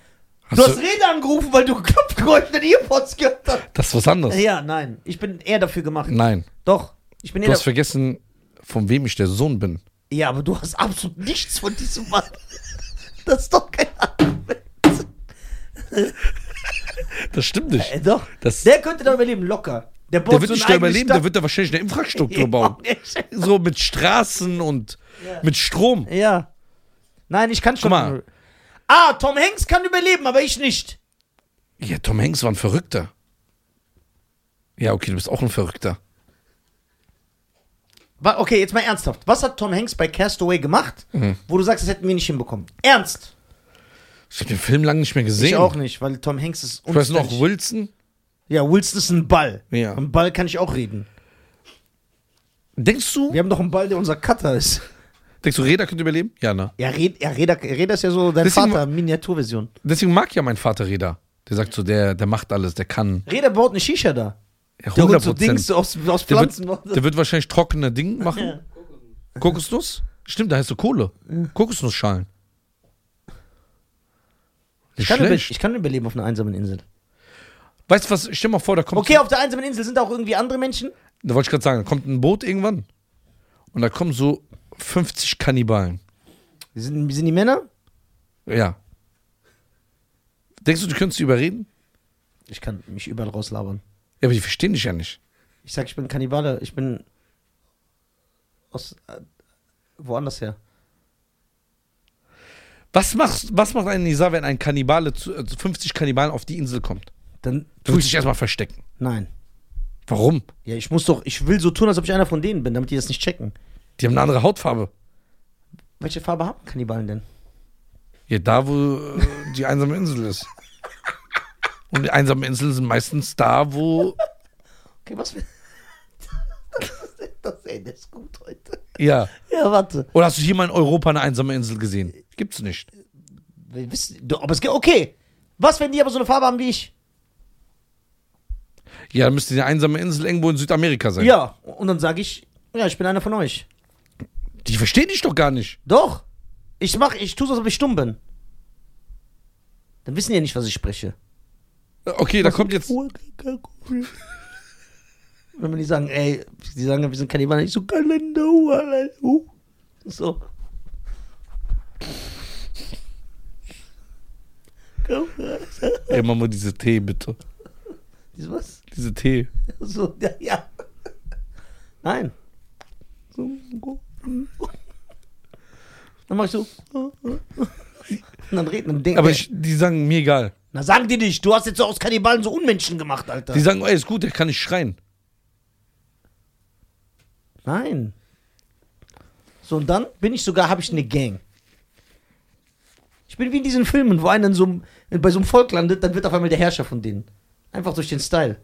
[SPEAKER 1] Hast
[SPEAKER 2] du hast
[SPEAKER 1] du-
[SPEAKER 2] Rede angerufen, weil du Klopfgeräusche in den Earpods gehört hast.
[SPEAKER 1] Das ist was anderes.
[SPEAKER 2] Ja, nein. Ich bin eher dafür gemacht.
[SPEAKER 1] Nein.
[SPEAKER 2] Doch. Ich bin eher
[SPEAKER 1] Du hast
[SPEAKER 2] dafür.
[SPEAKER 1] vergessen, von wem ich der Sohn bin.
[SPEAKER 2] Ja, aber du hast absolut nichts von diesem Mann. Das ist doch kein Argument.
[SPEAKER 1] Das stimmt nicht.
[SPEAKER 2] Äh, doch.
[SPEAKER 1] Das-
[SPEAKER 2] der könnte da überleben, locker. Der, baut
[SPEAKER 1] Der wird
[SPEAKER 2] so
[SPEAKER 1] nicht
[SPEAKER 2] eine
[SPEAKER 1] da
[SPEAKER 2] eigene
[SPEAKER 1] überleben,
[SPEAKER 2] Stadt.
[SPEAKER 1] der wird da wahrscheinlich eine Infrastruktur bauen.
[SPEAKER 2] Ja.
[SPEAKER 1] So mit Straßen und mit Strom.
[SPEAKER 2] Ja. Nein, ich kann schon.
[SPEAKER 1] Guck mal.
[SPEAKER 2] Ah, Tom Hanks kann überleben, aber ich nicht.
[SPEAKER 1] Ja, Tom Hanks war ein Verrückter. Ja, okay, du bist auch ein Verrückter.
[SPEAKER 2] Wa- Okay, jetzt mal ernsthaft. Was hat Tom Hanks bei Castaway gemacht,
[SPEAKER 1] Mhm.
[SPEAKER 2] wo du sagst, das hätten wir nicht hinbekommen? Ernst?
[SPEAKER 1] Ich habe den Film lange nicht mehr gesehen.
[SPEAKER 2] Ich auch nicht, weil Tom Hanks ist
[SPEAKER 1] Ich weiß noch,
[SPEAKER 2] unstetig.
[SPEAKER 1] Wilson,
[SPEAKER 2] Ja, Wilson ist ein Ball.
[SPEAKER 1] Ja.
[SPEAKER 2] Ein Ball kann ich auch reden.
[SPEAKER 1] denkst du,
[SPEAKER 2] Wir haben doch einen Ball, der unser Cutter ist.
[SPEAKER 1] denkst du, Reda könnte überleben? Ja, ne?
[SPEAKER 2] Ja, Red, ja Reda, Reda ist ja so dein
[SPEAKER 1] Deswegen-
[SPEAKER 2] Vater, Miniaturversion.
[SPEAKER 1] Deswegen mag ja mein Vater Reda. Der sagt so, der, der macht alles, der kann.
[SPEAKER 2] Reda baut eine Shisha da.
[SPEAKER 1] Ja,
[SPEAKER 2] Der holt so
[SPEAKER 1] 100%.
[SPEAKER 2] Dings so aus, aus
[SPEAKER 1] der,
[SPEAKER 2] Pflanzen.
[SPEAKER 1] wird, der wird wahrscheinlich trockene Dinge machen. Kokosnuss? Stimmt, da heißt so Kohle. Kokosnussschalen. Nicht
[SPEAKER 2] ich, kann über,
[SPEAKER 1] schlecht.
[SPEAKER 2] ich kann überleben auf einer einsamen Insel.
[SPEAKER 1] Weißt du was, stell mal vor, da kommt,
[SPEAKER 2] Okay, auf der einsamen Insel sind auch irgendwie andere Menschen.
[SPEAKER 1] da wollte ich gerade sagen, da kommt ein Boot irgendwann und da kommen so 50 Kannibalen.
[SPEAKER 2] Sind, sind die Männer?
[SPEAKER 1] Ja. Denkst du, du könntest die überreden?
[SPEAKER 2] Ich kann mich überall rauslabern.
[SPEAKER 1] Ja, aber die verstehen dich ja nicht.
[SPEAKER 2] Ich sag, ich bin Kannibale. Ich bin aus äh, woanders her.
[SPEAKER 1] Was macht, was macht ein Nisa, wenn ein Kannibale, zu, äh, 50 Kannibalen auf die Insel kommt?
[SPEAKER 2] Dann
[SPEAKER 1] Du
[SPEAKER 2] tu
[SPEAKER 1] willst dich
[SPEAKER 2] ich.
[SPEAKER 1] erstmal verstecken.
[SPEAKER 2] Nein.
[SPEAKER 1] Warum?
[SPEAKER 2] Ja, ich muss doch, ich will so tun, als ob ich einer von denen bin, damit die das nicht checken.
[SPEAKER 1] Die haben eine andere Hautfarbe.
[SPEAKER 2] Welche Farbe haben Kannibalen denn?
[SPEAKER 1] Ja, da, wo äh, die einsame Insel ist. Und die einsamen Inseln sind meistens da, wo.
[SPEAKER 2] Okay, was für. Das, das, das, ey, das ist gut heute.
[SPEAKER 1] Ja.
[SPEAKER 2] Ja, warte.
[SPEAKER 1] Oder hast du hier mal in Europa eine einsame Insel gesehen? Gibt's nicht.
[SPEAKER 2] Wir wissen, du, aber es geht. Okay. Was, wenn die aber so eine Farbe haben wie ich?
[SPEAKER 1] Ja, dann müsste die einsame Insel irgendwo in Südamerika sein.
[SPEAKER 2] Ja. Und dann sage ich, ja, ich bin einer von euch.
[SPEAKER 1] Die verstehen dich doch gar nicht.
[SPEAKER 2] Doch. Ich mach, ich tue so, als ob ich stumm bin. Dann wissen die ja nicht, was ich spreche.
[SPEAKER 1] Okay, da kommt jetzt.
[SPEAKER 2] Wenn man die sagen, ey, die sagen, wir sind Kannibalen, ich so, Kalender, uh, allein, uh. So.
[SPEAKER 1] Ey, Mama, diese Tee, bitte.
[SPEAKER 2] Dies was?
[SPEAKER 1] Diese Tee.
[SPEAKER 2] So, ja, ja. Nein. So. Dann mach ich so. Und dann reden und denken.
[SPEAKER 1] Aber ich, die sagen, mir egal.
[SPEAKER 2] Äh, na, sagen die nicht, du hast jetzt so aus Kannibalen so Unmenschen gemacht, Alter.
[SPEAKER 1] Die sagen, ey, ist gut, der kann nicht schreien.
[SPEAKER 2] Nein. So, und dann bin ich sogar, habe ich eine Gang. Ich bin wie in diesen Filmen, wo einer in so einem, bei so einem Volk landet, dann wird auf einmal der Herrscher von denen. Einfach durch den Style.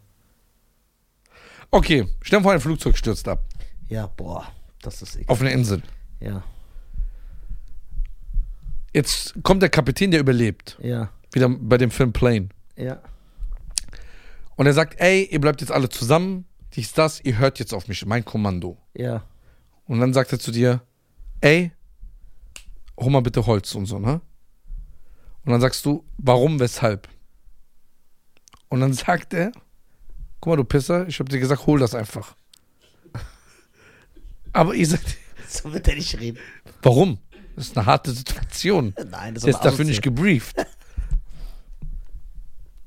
[SPEAKER 1] Okay, stell dir vor, ein Flugzeug stürzt ab.
[SPEAKER 2] Ja, boah, das ist ekelhaft.
[SPEAKER 1] Auf einer Insel.
[SPEAKER 2] Ja,
[SPEAKER 1] Jetzt kommt der Kapitän, der überlebt.
[SPEAKER 2] ja,
[SPEAKER 1] Wieder bei dem Film Plane.
[SPEAKER 2] ja.
[SPEAKER 1] Und er sagt, ey, ihr bleibt jetzt alle zusammen. Dies, das, ihr hört jetzt auf mich, mein Kommando.
[SPEAKER 2] Ja,
[SPEAKER 1] Und dann sagt er zu dir, ey, hol mal bitte Holz und so, ne? Und dann sagst du, warum, weshalb? Und dann sagt er, guck mal, du Pisser, ich hab dir gesagt, hol das einfach. Aber ihr sagt,
[SPEAKER 2] so wird er nicht reden.
[SPEAKER 1] warum? Das ist eine harte Situation.
[SPEAKER 2] Nein, das
[SPEAKER 1] Der ist
[SPEAKER 2] aber
[SPEAKER 1] dafür nicht gebrieft.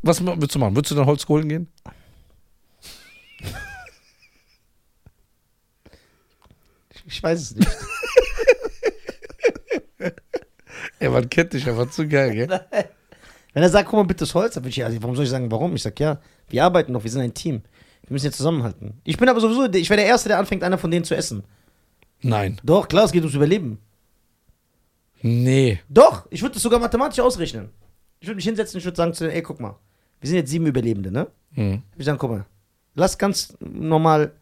[SPEAKER 1] Was ma- würdest du machen? Würdest du dann Holz holen gehen?
[SPEAKER 2] aussehen. Ich weiß es nicht.
[SPEAKER 1] Ey, man kennt dich einfach zu geil, gell?
[SPEAKER 2] Wenn er sagt, guck mal bitte das Holz, dann würde ich, also warum soll ich sagen, warum? Ich sag, ja, wir arbeiten noch, wir sind ein Team. Wir müssen jetzt zusammenhalten. Ich bin aber sowieso, ich wäre der Erste, der anfängt, einer von denen zu essen.
[SPEAKER 1] Nein.
[SPEAKER 2] Doch, klar, es geht ums Überleben.
[SPEAKER 1] Nee.
[SPEAKER 2] Doch, ich würde das sogar mathematisch ausrechnen. Ich würde mich hinsetzen, ich würde sagen zu denen, ey, guck mal, wir sind jetzt sieben Überlebende, ne?
[SPEAKER 1] Hm.
[SPEAKER 2] Ich sagen, guck mal, lass ganz normal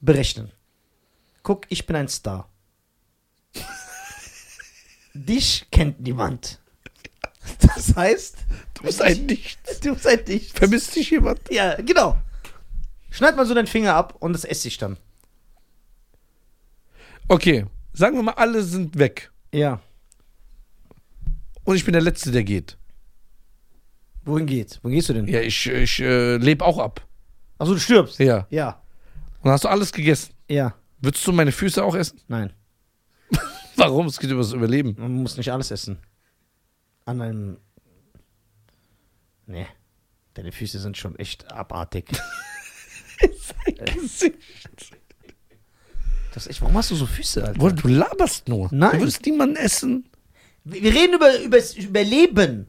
[SPEAKER 2] berechnen. Guck, ich bin ein Star. Dich kennt niemand. Das heißt,
[SPEAKER 1] Du bist ein Nichts.
[SPEAKER 2] du bist ein Dich.
[SPEAKER 1] Vermisst dich jemand?
[SPEAKER 2] Ja, genau. Schneid mal so deinen Finger ab und das esse ich dann.
[SPEAKER 1] Okay, sagen wir mal, alle sind weg.
[SPEAKER 2] Ja.
[SPEAKER 1] Und ich bin der Letzte, der geht.
[SPEAKER 2] Wohin geht's? Wohin gehst du denn?
[SPEAKER 1] Ja, ich, ich äh, lebe auch ab.
[SPEAKER 2] Achso, du stirbst.
[SPEAKER 1] Ja.
[SPEAKER 2] Ja.
[SPEAKER 1] Und dann hast du alles gegessen.
[SPEAKER 2] Ja.
[SPEAKER 1] Würdest du meine Füße auch essen?
[SPEAKER 2] Nein.
[SPEAKER 1] Warum? Es geht über das Überleben.
[SPEAKER 2] Man muss nicht alles essen. An einem. Nee. Deine Füße sind schon echt abartig. Das ist echt, warum hast du so Füße, Alter?
[SPEAKER 1] Bruder, du laberst nur.
[SPEAKER 2] Nein.
[SPEAKER 1] Du würdest niemanden essen.
[SPEAKER 2] Wir wir reden über, über das Überleben.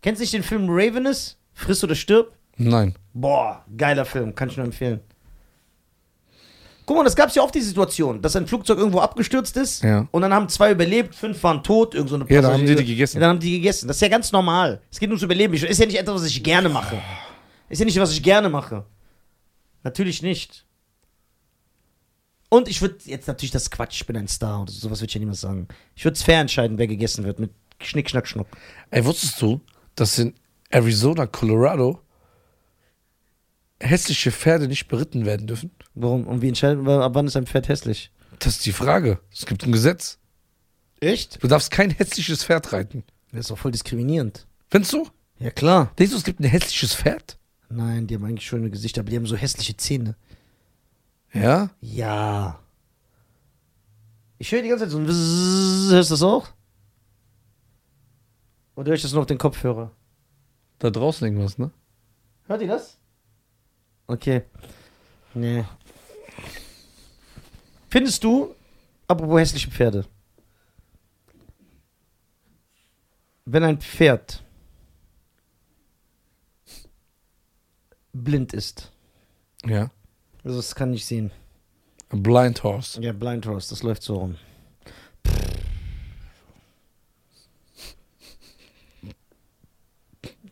[SPEAKER 2] Kennst du nicht den Film Ravenous? Friss oder stirb?
[SPEAKER 1] Nein.
[SPEAKER 2] Boah, geiler Film, kann ich nur empfehlen. Guck mal, das gab es ja oft die Situation, dass ein Flugzeug irgendwo abgestürzt ist
[SPEAKER 1] Ja.
[SPEAKER 2] und dann haben zwei überlebt, fünf waren tot, irgend so eine
[SPEAKER 1] Ja, dann haben die die
[SPEAKER 2] Passagiere-
[SPEAKER 1] gegessen.
[SPEAKER 2] Ja, dann haben die gegessen. Das ist ja ganz normal. Es geht ums Überleben. Ich- Ist ja nicht etwas, was ich gerne mache. Ist ja nicht, was ich gerne mache. Natürlich nicht. Und ich würde jetzt natürlich das ist Quatsch, ich bin ein Star oder sowas würde ich ja niemals sagen. Ich würde es fair entscheiden, wer gegessen wird mit Schnick, Schnack, Schnuck.
[SPEAKER 1] Ey, wusstest du, dass in Arizona, Colorado hässliche Pferde nicht beritten werden dürfen?
[SPEAKER 2] Warum? Und wie entscheiden wir, ab wann ist ein Pferd hässlich?
[SPEAKER 1] Das ist die Frage. Es gibt ein Gesetz.
[SPEAKER 2] Echt?
[SPEAKER 1] Du darfst kein hässliches Pferd reiten.
[SPEAKER 2] Das ist doch voll diskriminierend.
[SPEAKER 1] Findest du?
[SPEAKER 2] Ja, klar.
[SPEAKER 1] Denkst du, es gibt ein hässliches Pferd?
[SPEAKER 2] Nein, die haben eigentlich schöne Gesichter, aber die haben so hässliche Zähne.
[SPEAKER 1] Ja?
[SPEAKER 2] Ja. Ich höre die ganze Zeit so ein Wzzz. Hörst du das auch? Oder höre ich das nur auf den Kopfhörer?
[SPEAKER 1] Da draußen irgendwas, ne?
[SPEAKER 2] Hört ihr das? Okay. Nee. Findest du, apropos hässliche Pferde, wenn ein Pferd blind ist,
[SPEAKER 1] Ja.
[SPEAKER 2] also es kann nicht sehen,
[SPEAKER 1] A blind horse.
[SPEAKER 2] Ja, Blind Horse, das läuft so rum.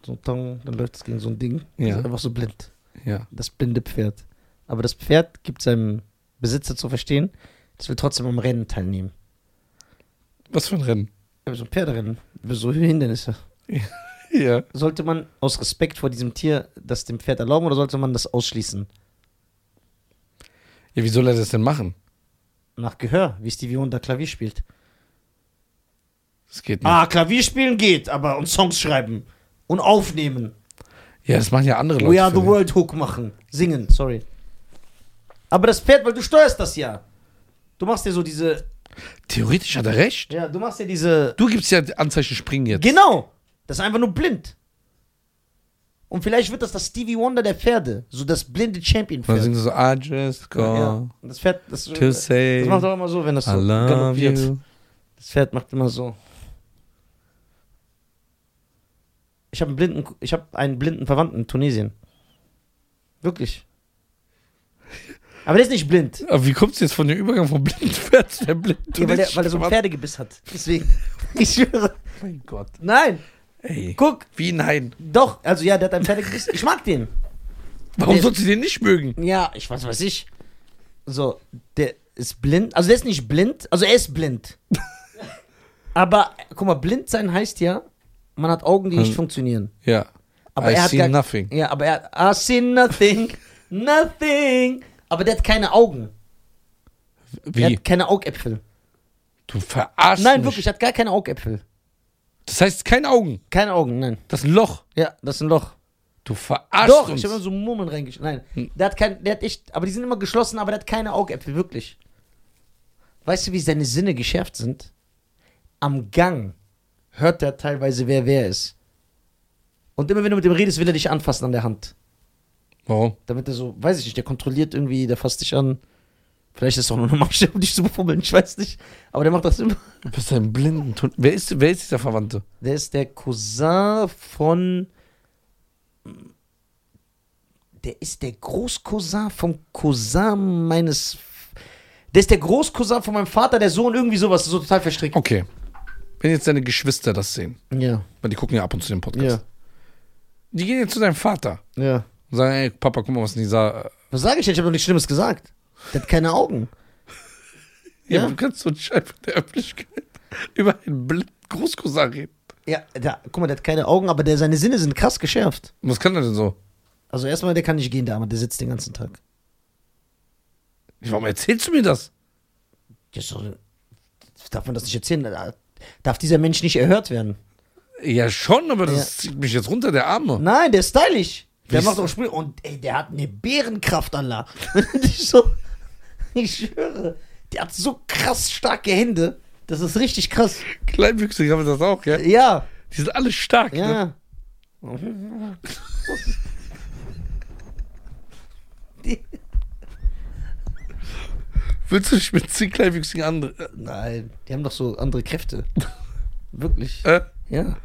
[SPEAKER 2] So, tong, dann läuft es gegen so ein Ding.
[SPEAKER 1] Ja.
[SPEAKER 2] Ist einfach so blind.
[SPEAKER 1] Ja.
[SPEAKER 2] Das blinde Pferd. Aber das Pferd gibt seinem Besitzer zu verstehen, es will trotzdem am Rennen teilnehmen.
[SPEAKER 1] Was für ein Rennen?
[SPEAKER 2] Ja, So ein Pferderennen, so Hindernisse.
[SPEAKER 1] Ja.
[SPEAKER 2] Sollte man aus Respekt vor diesem Tier das dem Pferd erlauben oder sollte man das ausschließen?
[SPEAKER 1] Ja, wie soll er das denn machen?
[SPEAKER 2] Nach Gehör, wie Stevie Wonder Klavier spielt.
[SPEAKER 1] Das geht nicht.
[SPEAKER 2] Ah, Klavier spielen geht, aber und Songs schreiben und aufnehmen.
[SPEAKER 1] Ja, das machen ja andere Leute.
[SPEAKER 2] We are the
[SPEAKER 1] für ihn.
[SPEAKER 2] world Hook machen. Singen, sorry. Aber das Pferd, weil du steuerst das ja. Du machst ja so diese.
[SPEAKER 1] Theoretisch hat er recht.
[SPEAKER 2] Ja, du machst ja diese.
[SPEAKER 1] Du gibst ja Anzeichen springen jetzt.
[SPEAKER 2] Genau! Das ist einfach nur blind. Und vielleicht wird das das Stevie Wonder der Pferde. So das blinde
[SPEAKER 1] Und dann
[SPEAKER 2] Champion-Pferd.
[SPEAKER 1] singen sie so, I just go
[SPEAKER 2] Ja. Und Das Pferd, das, äh,
[SPEAKER 1] to
[SPEAKER 2] das
[SPEAKER 1] say
[SPEAKER 2] macht auch immer so, wenn das so
[SPEAKER 1] I love
[SPEAKER 2] galoppiert.
[SPEAKER 1] you.
[SPEAKER 2] Das Pferd macht immer so. Ich habe einen blinden, ich habe einen blinden Verwandten in Tunesien. Wirklich. Aber der ist nicht blind.
[SPEAKER 1] Aber wie kommst du jetzt von dem Übergang vom blinden Pferd zu der blinden
[SPEAKER 2] Ja, weil, der, weil er so ein
[SPEAKER 1] Verwandten?
[SPEAKER 2] Pferdegebiss hat. Deswegen. Ich schwöre.
[SPEAKER 1] Mein Gott.
[SPEAKER 2] Nein.
[SPEAKER 1] Ey.
[SPEAKER 2] Guck.
[SPEAKER 1] Wie nein.
[SPEAKER 2] Doch. Also ja, der hat ein Pferdegebiss. Ich mag den.
[SPEAKER 1] Warum
[SPEAKER 2] Nee.
[SPEAKER 1] sollst du den nicht mögen?
[SPEAKER 2] Ja, ich weiß, was ich. So, der ist blind. Also der ist nicht blind. Also er ist blind. Aber guck mal, blind sein heißt ja, man hat Augen, die nicht
[SPEAKER 1] Hm.
[SPEAKER 2] funktionieren.
[SPEAKER 1] Ja.
[SPEAKER 2] Aber
[SPEAKER 1] I
[SPEAKER 2] er hat
[SPEAKER 1] see
[SPEAKER 2] gar-
[SPEAKER 1] nothing.
[SPEAKER 2] Ja, aber er hat, I see nothing, nothing. Aber der hat keine Augen. Er
[SPEAKER 1] Wie?
[SPEAKER 2] hat keine Augäpfel.
[SPEAKER 1] Du verarschst
[SPEAKER 2] Nein,
[SPEAKER 1] mich.
[SPEAKER 2] wirklich, er hat gar keine Augäpfel.
[SPEAKER 1] Das heißt, keine Augen.
[SPEAKER 2] Keine Augen, nein.
[SPEAKER 1] Das ist ein Loch.
[SPEAKER 2] Ja, das ist ein Loch.
[SPEAKER 1] Du verarschst
[SPEAKER 2] Doch,
[SPEAKER 1] uns.
[SPEAKER 2] ich habe immer so Murmeln reingeschrieben.
[SPEAKER 1] Hm.
[SPEAKER 2] Nein, der hat kein, der hat echt, aber die sind immer geschlossen, aber der hat keine Augäpfel, wirklich. Weißt du, wie seine Sinne geschärft sind? Am Gang hört er teilweise, wer wer ist. Und immer wenn du mit dem redest, will er dich anfassen an der Hand.
[SPEAKER 1] Warum?
[SPEAKER 2] Damit er so, weiß ich nicht, der kontrolliert irgendwie, der fasst dich an. Vielleicht ist es auch nur eine Masche, um dich zu befummeln, ich weiß nicht. Aber der macht das immer.
[SPEAKER 1] Du bist ein blinden Tun wer ist, wer ist dieser Verwandte?
[SPEAKER 2] Der ist der Cousin von. Der ist der Großcousin vom Cousin meines. Der ist der Großcousin von meinem Vater, der Sohn, irgendwie sowas, so total verstrickt.
[SPEAKER 1] Okay. Wenn jetzt deine Geschwister das sehen,
[SPEAKER 2] Ja,
[SPEAKER 1] weil die gucken ja ab und zu den Podcast.
[SPEAKER 2] ja,
[SPEAKER 1] Die gehen jetzt zu deinem Vater
[SPEAKER 2] ja.
[SPEAKER 1] und sagen, ey, Papa, guck mal, was äh, Nisa.
[SPEAKER 2] Was sage ich denn? Ich habe doch nichts Schlimmes gesagt. Der hat keine Augen.
[SPEAKER 1] Ja,
[SPEAKER 2] Ja.
[SPEAKER 1] ja. du kannst so einen Scheiß von der Öffentlichkeit über einen blinden Großcousin reden.
[SPEAKER 2] Ja, da, guck mal, der hat keine Augen, aber der, seine Sinne sind krass geschärft.
[SPEAKER 1] Und was kann er denn so?
[SPEAKER 2] Also erstmal, der kann nicht gehen, der Arme, der sitzt den ganzen Tag.
[SPEAKER 1] Warum erzählst du mir das?
[SPEAKER 2] Der ist doch, darf man das nicht erzählen? Darf dieser Mensch nicht erhört werden?
[SPEAKER 1] Ja, schon, aber das
[SPEAKER 2] Ja.
[SPEAKER 1] zieht mich jetzt runter, der Arme.
[SPEAKER 2] Nein, der ist stylisch. Der
[SPEAKER 1] Wie
[SPEAKER 2] macht
[SPEAKER 1] ist-
[SPEAKER 2] auch Sprüche. Und ey, der hat eine Bärenkraft, Allah. ich, so, ich schwöre, der hat so krass starke Hände. Das ist richtig krass.
[SPEAKER 1] Kleinwüchsig haben das auch, ja?
[SPEAKER 2] Ja,
[SPEAKER 1] Die sind alle stark, ne?
[SPEAKER 2] ja. Die-
[SPEAKER 1] Willst du dich mit zehn Kleinwüchsigen an?
[SPEAKER 2] Nein, die haben doch so andere Kräfte. Wirklich.
[SPEAKER 1] Äh,
[SPEAKER 2] Ja.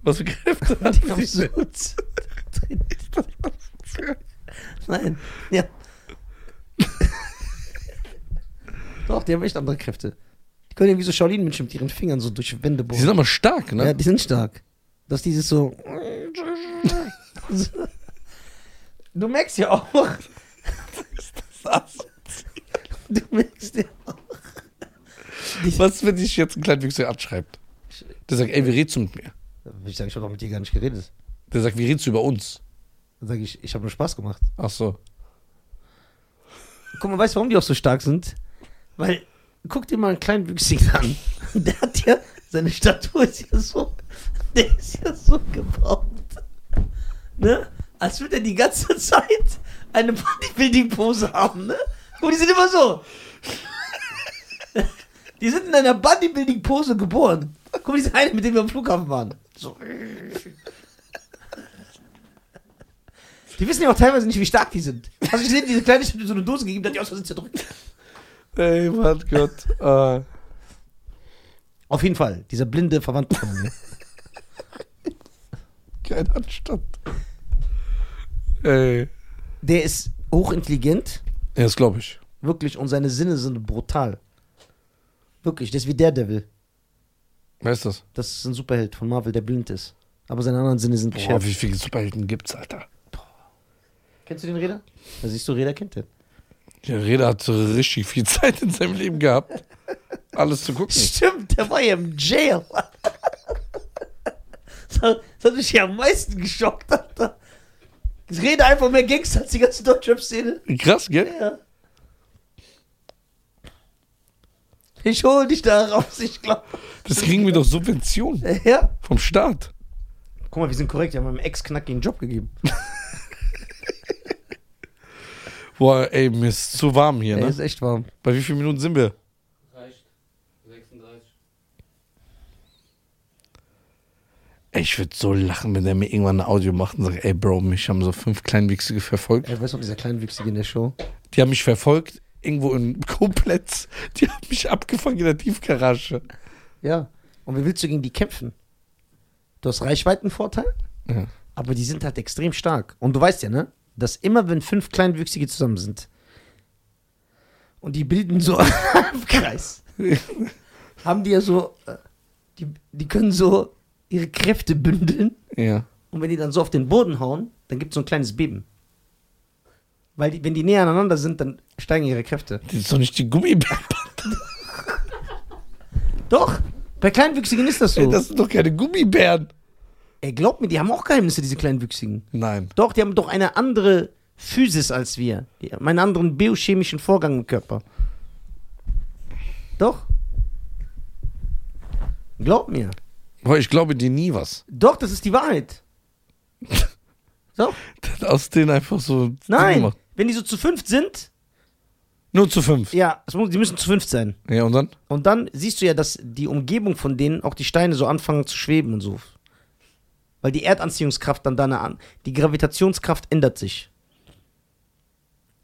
[SPEAKER 1] was für Kräfte hat
[SPEAKER 2] Die haben
[SPEAKER 1] sie
[SPEAKER 2] so
[SPEAKER 1] denn?
[SPEAKER 2] Nein. Ja. Doch, die haben echt andere Kräfte. Die können irgendwie so Shaolin-München mit ihren Fingern so durch Wände
[SPEAKER 1] Die sind
[SPEAKER 2] bohren.
[SPEAKER 1] aber stark, ne?
[SPEAKER 2] Ja, die sind stark. Dass dieses so. Du merkst ja auch. Du merkst ja auch.
[SPEAKER 1] Was, wenn ich jetzt einen kleinen Wichser abschreibt? Der sagt, ey, wie redest du mit mir?
[SPEAKER 2] Ich sage, ich habe doch mit dir gar nicht geredet.
[SPEAKER 1] Der sagt, wie redest du über uns?
[SPEAKER 2] Dann sage ich, ich habe nur Spaß gemacht.
[SPEAKER 1] Ach so.
[SPEAKER 2] Guck mal, weißt du, warum die auch so stark sind? Weil, guck dir mal einen kleinen Wüchsigen an. Der hat ja, seine Statur ist ja so, der ist ja so gebaut. Ne? Als würde er die ganze Zeit eine Bodybuilding-Pose haben, ne? Guck, mal, die sind immer so. Die sind in einer Bodybuilding-Pose geboren. Guck mal, dieser eine, mit dem wir am Flughafen waren. So. Die wissen ja auch teilweise nicht, wie stark die sind. Hast du gesehen, diese kleine, ich hab dir so eine Dose gegeben, da hat die aus Versehen zerdrückt.
[SPEAKER 1] Ey, mein Gott. äh,
[SPEAKER 2] Auf jeden Fall, dieser blinde Verwandte von mir.
[SPEAKER 1] kein Anstand. Ey.
[SPEAKER 2] Der ist hochintelligent,
[SPEAKER 1] Ja, das glaube ich.
[SPEAKER 2] wirklich, und seine Sinne sind brutal. Wirklich, der ist wie Daredevil.
[SPEAKER 1] Wer ist das?
[SPEAKER 2] Das ist ein Superheld von Marvel, der blind ist. Aber seine anderen Sinne sind
[SPEAKER 1] Boah,
[SPEAKER 2] geschärft.
[SPEAKER 1] wie viele Superhelden gibt's, Alter?
[SPEAKER 2] Kennst du den Räder? Da siehst du, Räder kennt den.
[SPEAKER 1] Der Reda hat richtig viel Zeit in seinem Leben gehabt, alles zu gucken.
[SPEAKER 2] Stimmt, der war ja im Jail. Das hat, das hat mich ja am meisten geschockt, Alter. Ich rede einfach mehr Gangster als die ganze Deutschrap-Szene.
[SPEAKER 1] Krass, gell?
[SPEAKER 2] Ja. Ich hol dich da raus, ich glaube.
[SPEAKER 1] Das kriegen wir doch Subventionen
[SPEAKER 2] Ja.
[SPEAKER 1] vom Staat.
[SPEAKER 2] Guck mal, wir sind korrekt, wir haben meinem Ex-Knacki einen Job gegeben.
[SPEAKER 1] Boah, ey, mir ist zu warm hier,
[SPEAKER 2] Ey,
[SPEAKER 1] ne?
[SPEAKER 2] ist echt warm.
[SPEAKER 1] Bei wie vielen Minuten sind wir?
[SPEAKER 3] Reicht. 36.
[SPEAKER 1] Ey, ich würde so lachen, wenn der mir irgendwann ein Audio macht und sagt, ey, Bro, mich haben so fünf Kleinwüchsige verfolgt.
[SPEAKER 2] Ey, weißt du, dieser Kleinwüchsige in der Show?
[SPEAKER 1] Die haben mich verfolgt, irgendwo in Koblenz. Die haben mich abgefangen in der Tiefgarage.
[SPEAKER 2] Ja. Und wie willst du gegen die kämpfen? Du hast Reichweitenvorteil,
[SPEAKER 1] Ja.
[SPEAKER 2] aber die sind halt extrem stark. Und du weißt ja, ne? Dass immer, wenn fünf Kleinwüchsige zusammen sind und die bilden so einen Kreis, haben die ja so, äh, die, die können so ihre Kräfte bündeln
[SPEAKER 1] ja.
[SPEAKER 2] Und wenn die dann so auf den Boden hauen, dann gibt es so ein kleines Beben. Weil die, wenn die näher aneinander sind, dann steigen ihre Kräfte.
[SPEAKER 1] Das ist doch nicht die Gummibären.
[SPEAKER 2] Doch, bei Kleinwüchsigen ist das so.
[SPEAKER 1] Ey,
[SPEAKER 2] Ey,
[SPEAKER 1] das sind doch keine Gummibären.
[SPEAKER 2] glaub mir, die haben auch Geheimnisse, diese Kleinwüchsigen.
[SPEAKER 1] Nein.
[SPEAKER 2] Doch, die haben doch eine andere Physis als wir. Die haben einen anderen biochemischen Vorgang im Körper. Doch. Glaub mir.
[SPEAKER 1] Boah, ich glaube dir nie was.
[SPEAKER 2] Doch, das ist die Wahrheit. Doch.
[SPEAKER 1] Der hat aus denen einfach so. Dinge
[SPEAKER 2] Nein,
[SPEAKER 1] gemacht.
[SPEAKER 2] wenn die so zu fünft sind,
[SPEAKER 1] Nur zu fünf.
[SPEAKER 2] ja, es muss- die müssen zu fünft sein.
[SPEAKER 1] Ja, und dann?
[SPEAKER 2] Und dann siehst du ja, dass die Umgebung von denen auch die Steine so anfangen zu schweben und so. Weil die Erdanziehungskraft dann da eine an. Die Gravitationskraft ändert sich.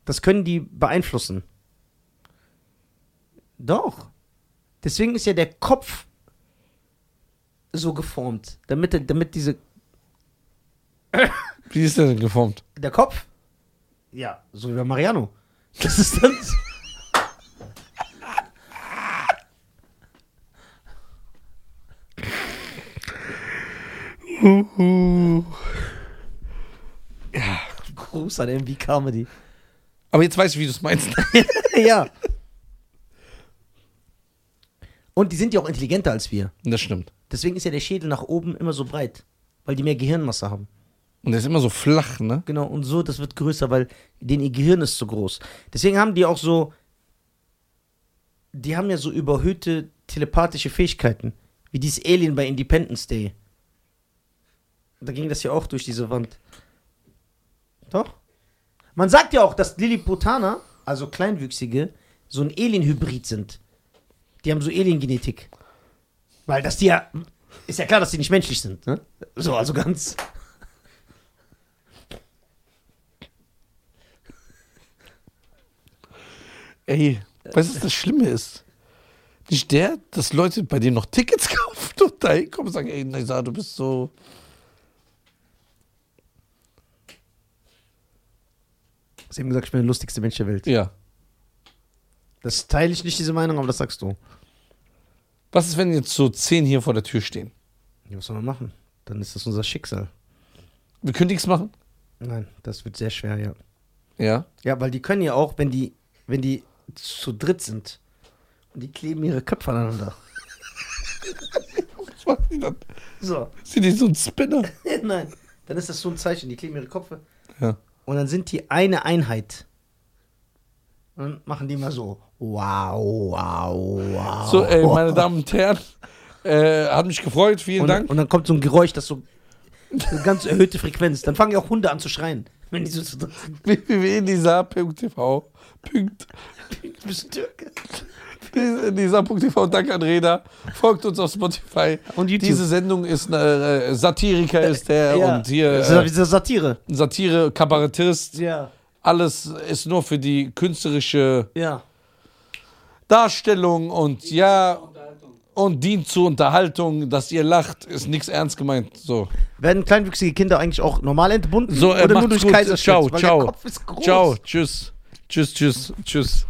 [SPEAKER 2] Das können die beeinflussen. Doch. Deswegen ist ja der Kopf so geformt. Damit, er- damit diese.
[SPEAKER 1] Wie ist der denn geformt?
[SPEAKER 2] Der Kopf? Ja, so wie bei Mariano. Das ist dann. Gruß an MV Comedy.
[SPEAKER 1] Aber jetzt weiß ich, wie du es meinst.
[SPEAKER 2] ja. Und die sind ja auch intelligenter als wir.
[SPEAKER 1] das stimmt.
[SPEAKER 2] Deswegen ist ja der Schädel nach oben immer so breit, weil die mehr Gehirnmasse haben.
[SPEAKER 1] Und der ist immer so flach, ne?
[SPEAKER 2] Genau, und so, das wird größer, weil denen ihr Gehirn ist zu groß. Deswegen haben die auch so, die haben ja so überhöhte telepathische Fähigkeiten, wie dieses Alien bei Independence Day. Da ging das ja auch durch diese Wand. Doch. Man sagt ja auch, dass Lilliputaner, also Kleinwüchsige, so ein Alien-Hybrid sind. Die haben so Alien-Genetik. Weil das die ja, ist ja klar, dass die nicht menschlich sind, ne? So, also ganz...
[SPEAKER 1] Ey, weißt du, was das Schlimme ist? Nicht der, dass Leute bei dir noch Tickets kaufen und da hinkommen und sagen, ey, Nisa, du bist so.
[SPEAKER 2] Sie haben gesagt, ich bin der lustigste Mensch der Welt.
[SPEAKER 1] Ja.
[SPEAKER 2] Das teile ich nicht, diese Meinung, aber das sagst du.
[SPEAKER 1] Was ist, wenn jetzt so zehn hier vor der Tür stehen?
[SPEAKER 2] Ja, was soll man machen? Dann ist das unser Schicksal.
[SPEAKER 1] Wir können nichts machen?
[SPEAKER 2] Nein, das wird sehr schwer, ja.
[SPEAKER 1] Ja.
[SPEAKER 2] Ja, weil die können ja auch, wenn die, wenn die zu dritt sind und die kleben ihre Köpfe aneinander.
[SPEAKER 1] Was machen die dann?
[SPEAKER 2] So,
[SPEAKER 1] Sind die so ein Spinner?
[SPEAKER 2] nein. Dann ist das so ein Zeichen, die kleben ihre Köpfe
[SPEAKER 1] Ja.
[SPEAKER 2] und dann sind die eine Einheit. Und dann machen die mal so. Wow, wow, wow.
[SPEAKER 1] So, ey, meine Damen und Herren, äh, hat mich gefreut, vielen
[SPEAKER 2] und,
[SPEAKER 1] Dank.
[SPEAKER 2] Und dann kommt so ein Geräusch, das so eine ganz erhöhte Frequenz. Dann fangen ja auch Hunde an zu schreien. Wenn die so zu dritt sind.
[SPEAKER 1] www.nisa.tv. Punkt.
[SPEAKER 2] Du bist Türke.
[SPEAKER 1] Nisa.tv, danke an Reda. Folgt uns auf Spotify.
[SPEAKER 2] Und YouTube.
[SPEAKER 1] Diese Sendung ist, äh, äh, Satiriker ist der
[SPEAKER 2] Ja.
[SPEAKER 1] und hier
[SPEAKER 2] Das ist ja
[SPEAKER 1] äh,
[SPEAKER 2] diese Satire.
[SPEAKER 1] Satire, Kabarettist.
[SPEAKER 2] Ja.
[SPEAKER 1] Alles ist nur für die künstlerische
[SPEAKER 2] Ja.
[SPEAKER 1] Darstellung und ja,
[SPEAKER 3] Unterhaltung.
[SPEAKER 1] und dient zur Unterhaltung, dass ihr lacht, ist nichts ernst gemeint. So,
[SPEAKER 2] Werden kleinwüchsige Kinder eigentlich auch normal entbunden?
[SPEAKER 1] so äh,
[SPEAKER 2] oder nur
[SPEAKER 1] macht's
[SPEAKER 2] durch
[SPEAKER 1] gut.
[SPEAKER 2] Kaiserschnitt?
[SPEAKER 1] Ciao,
[SPEAKER 2] Weil
[SPEAKER 1] ciao.
[SPEAKER 2] Der Kopf ist groß.
[SPEAKER 1] Ciao, tschüss. Tschüss, tschüss, tschüss.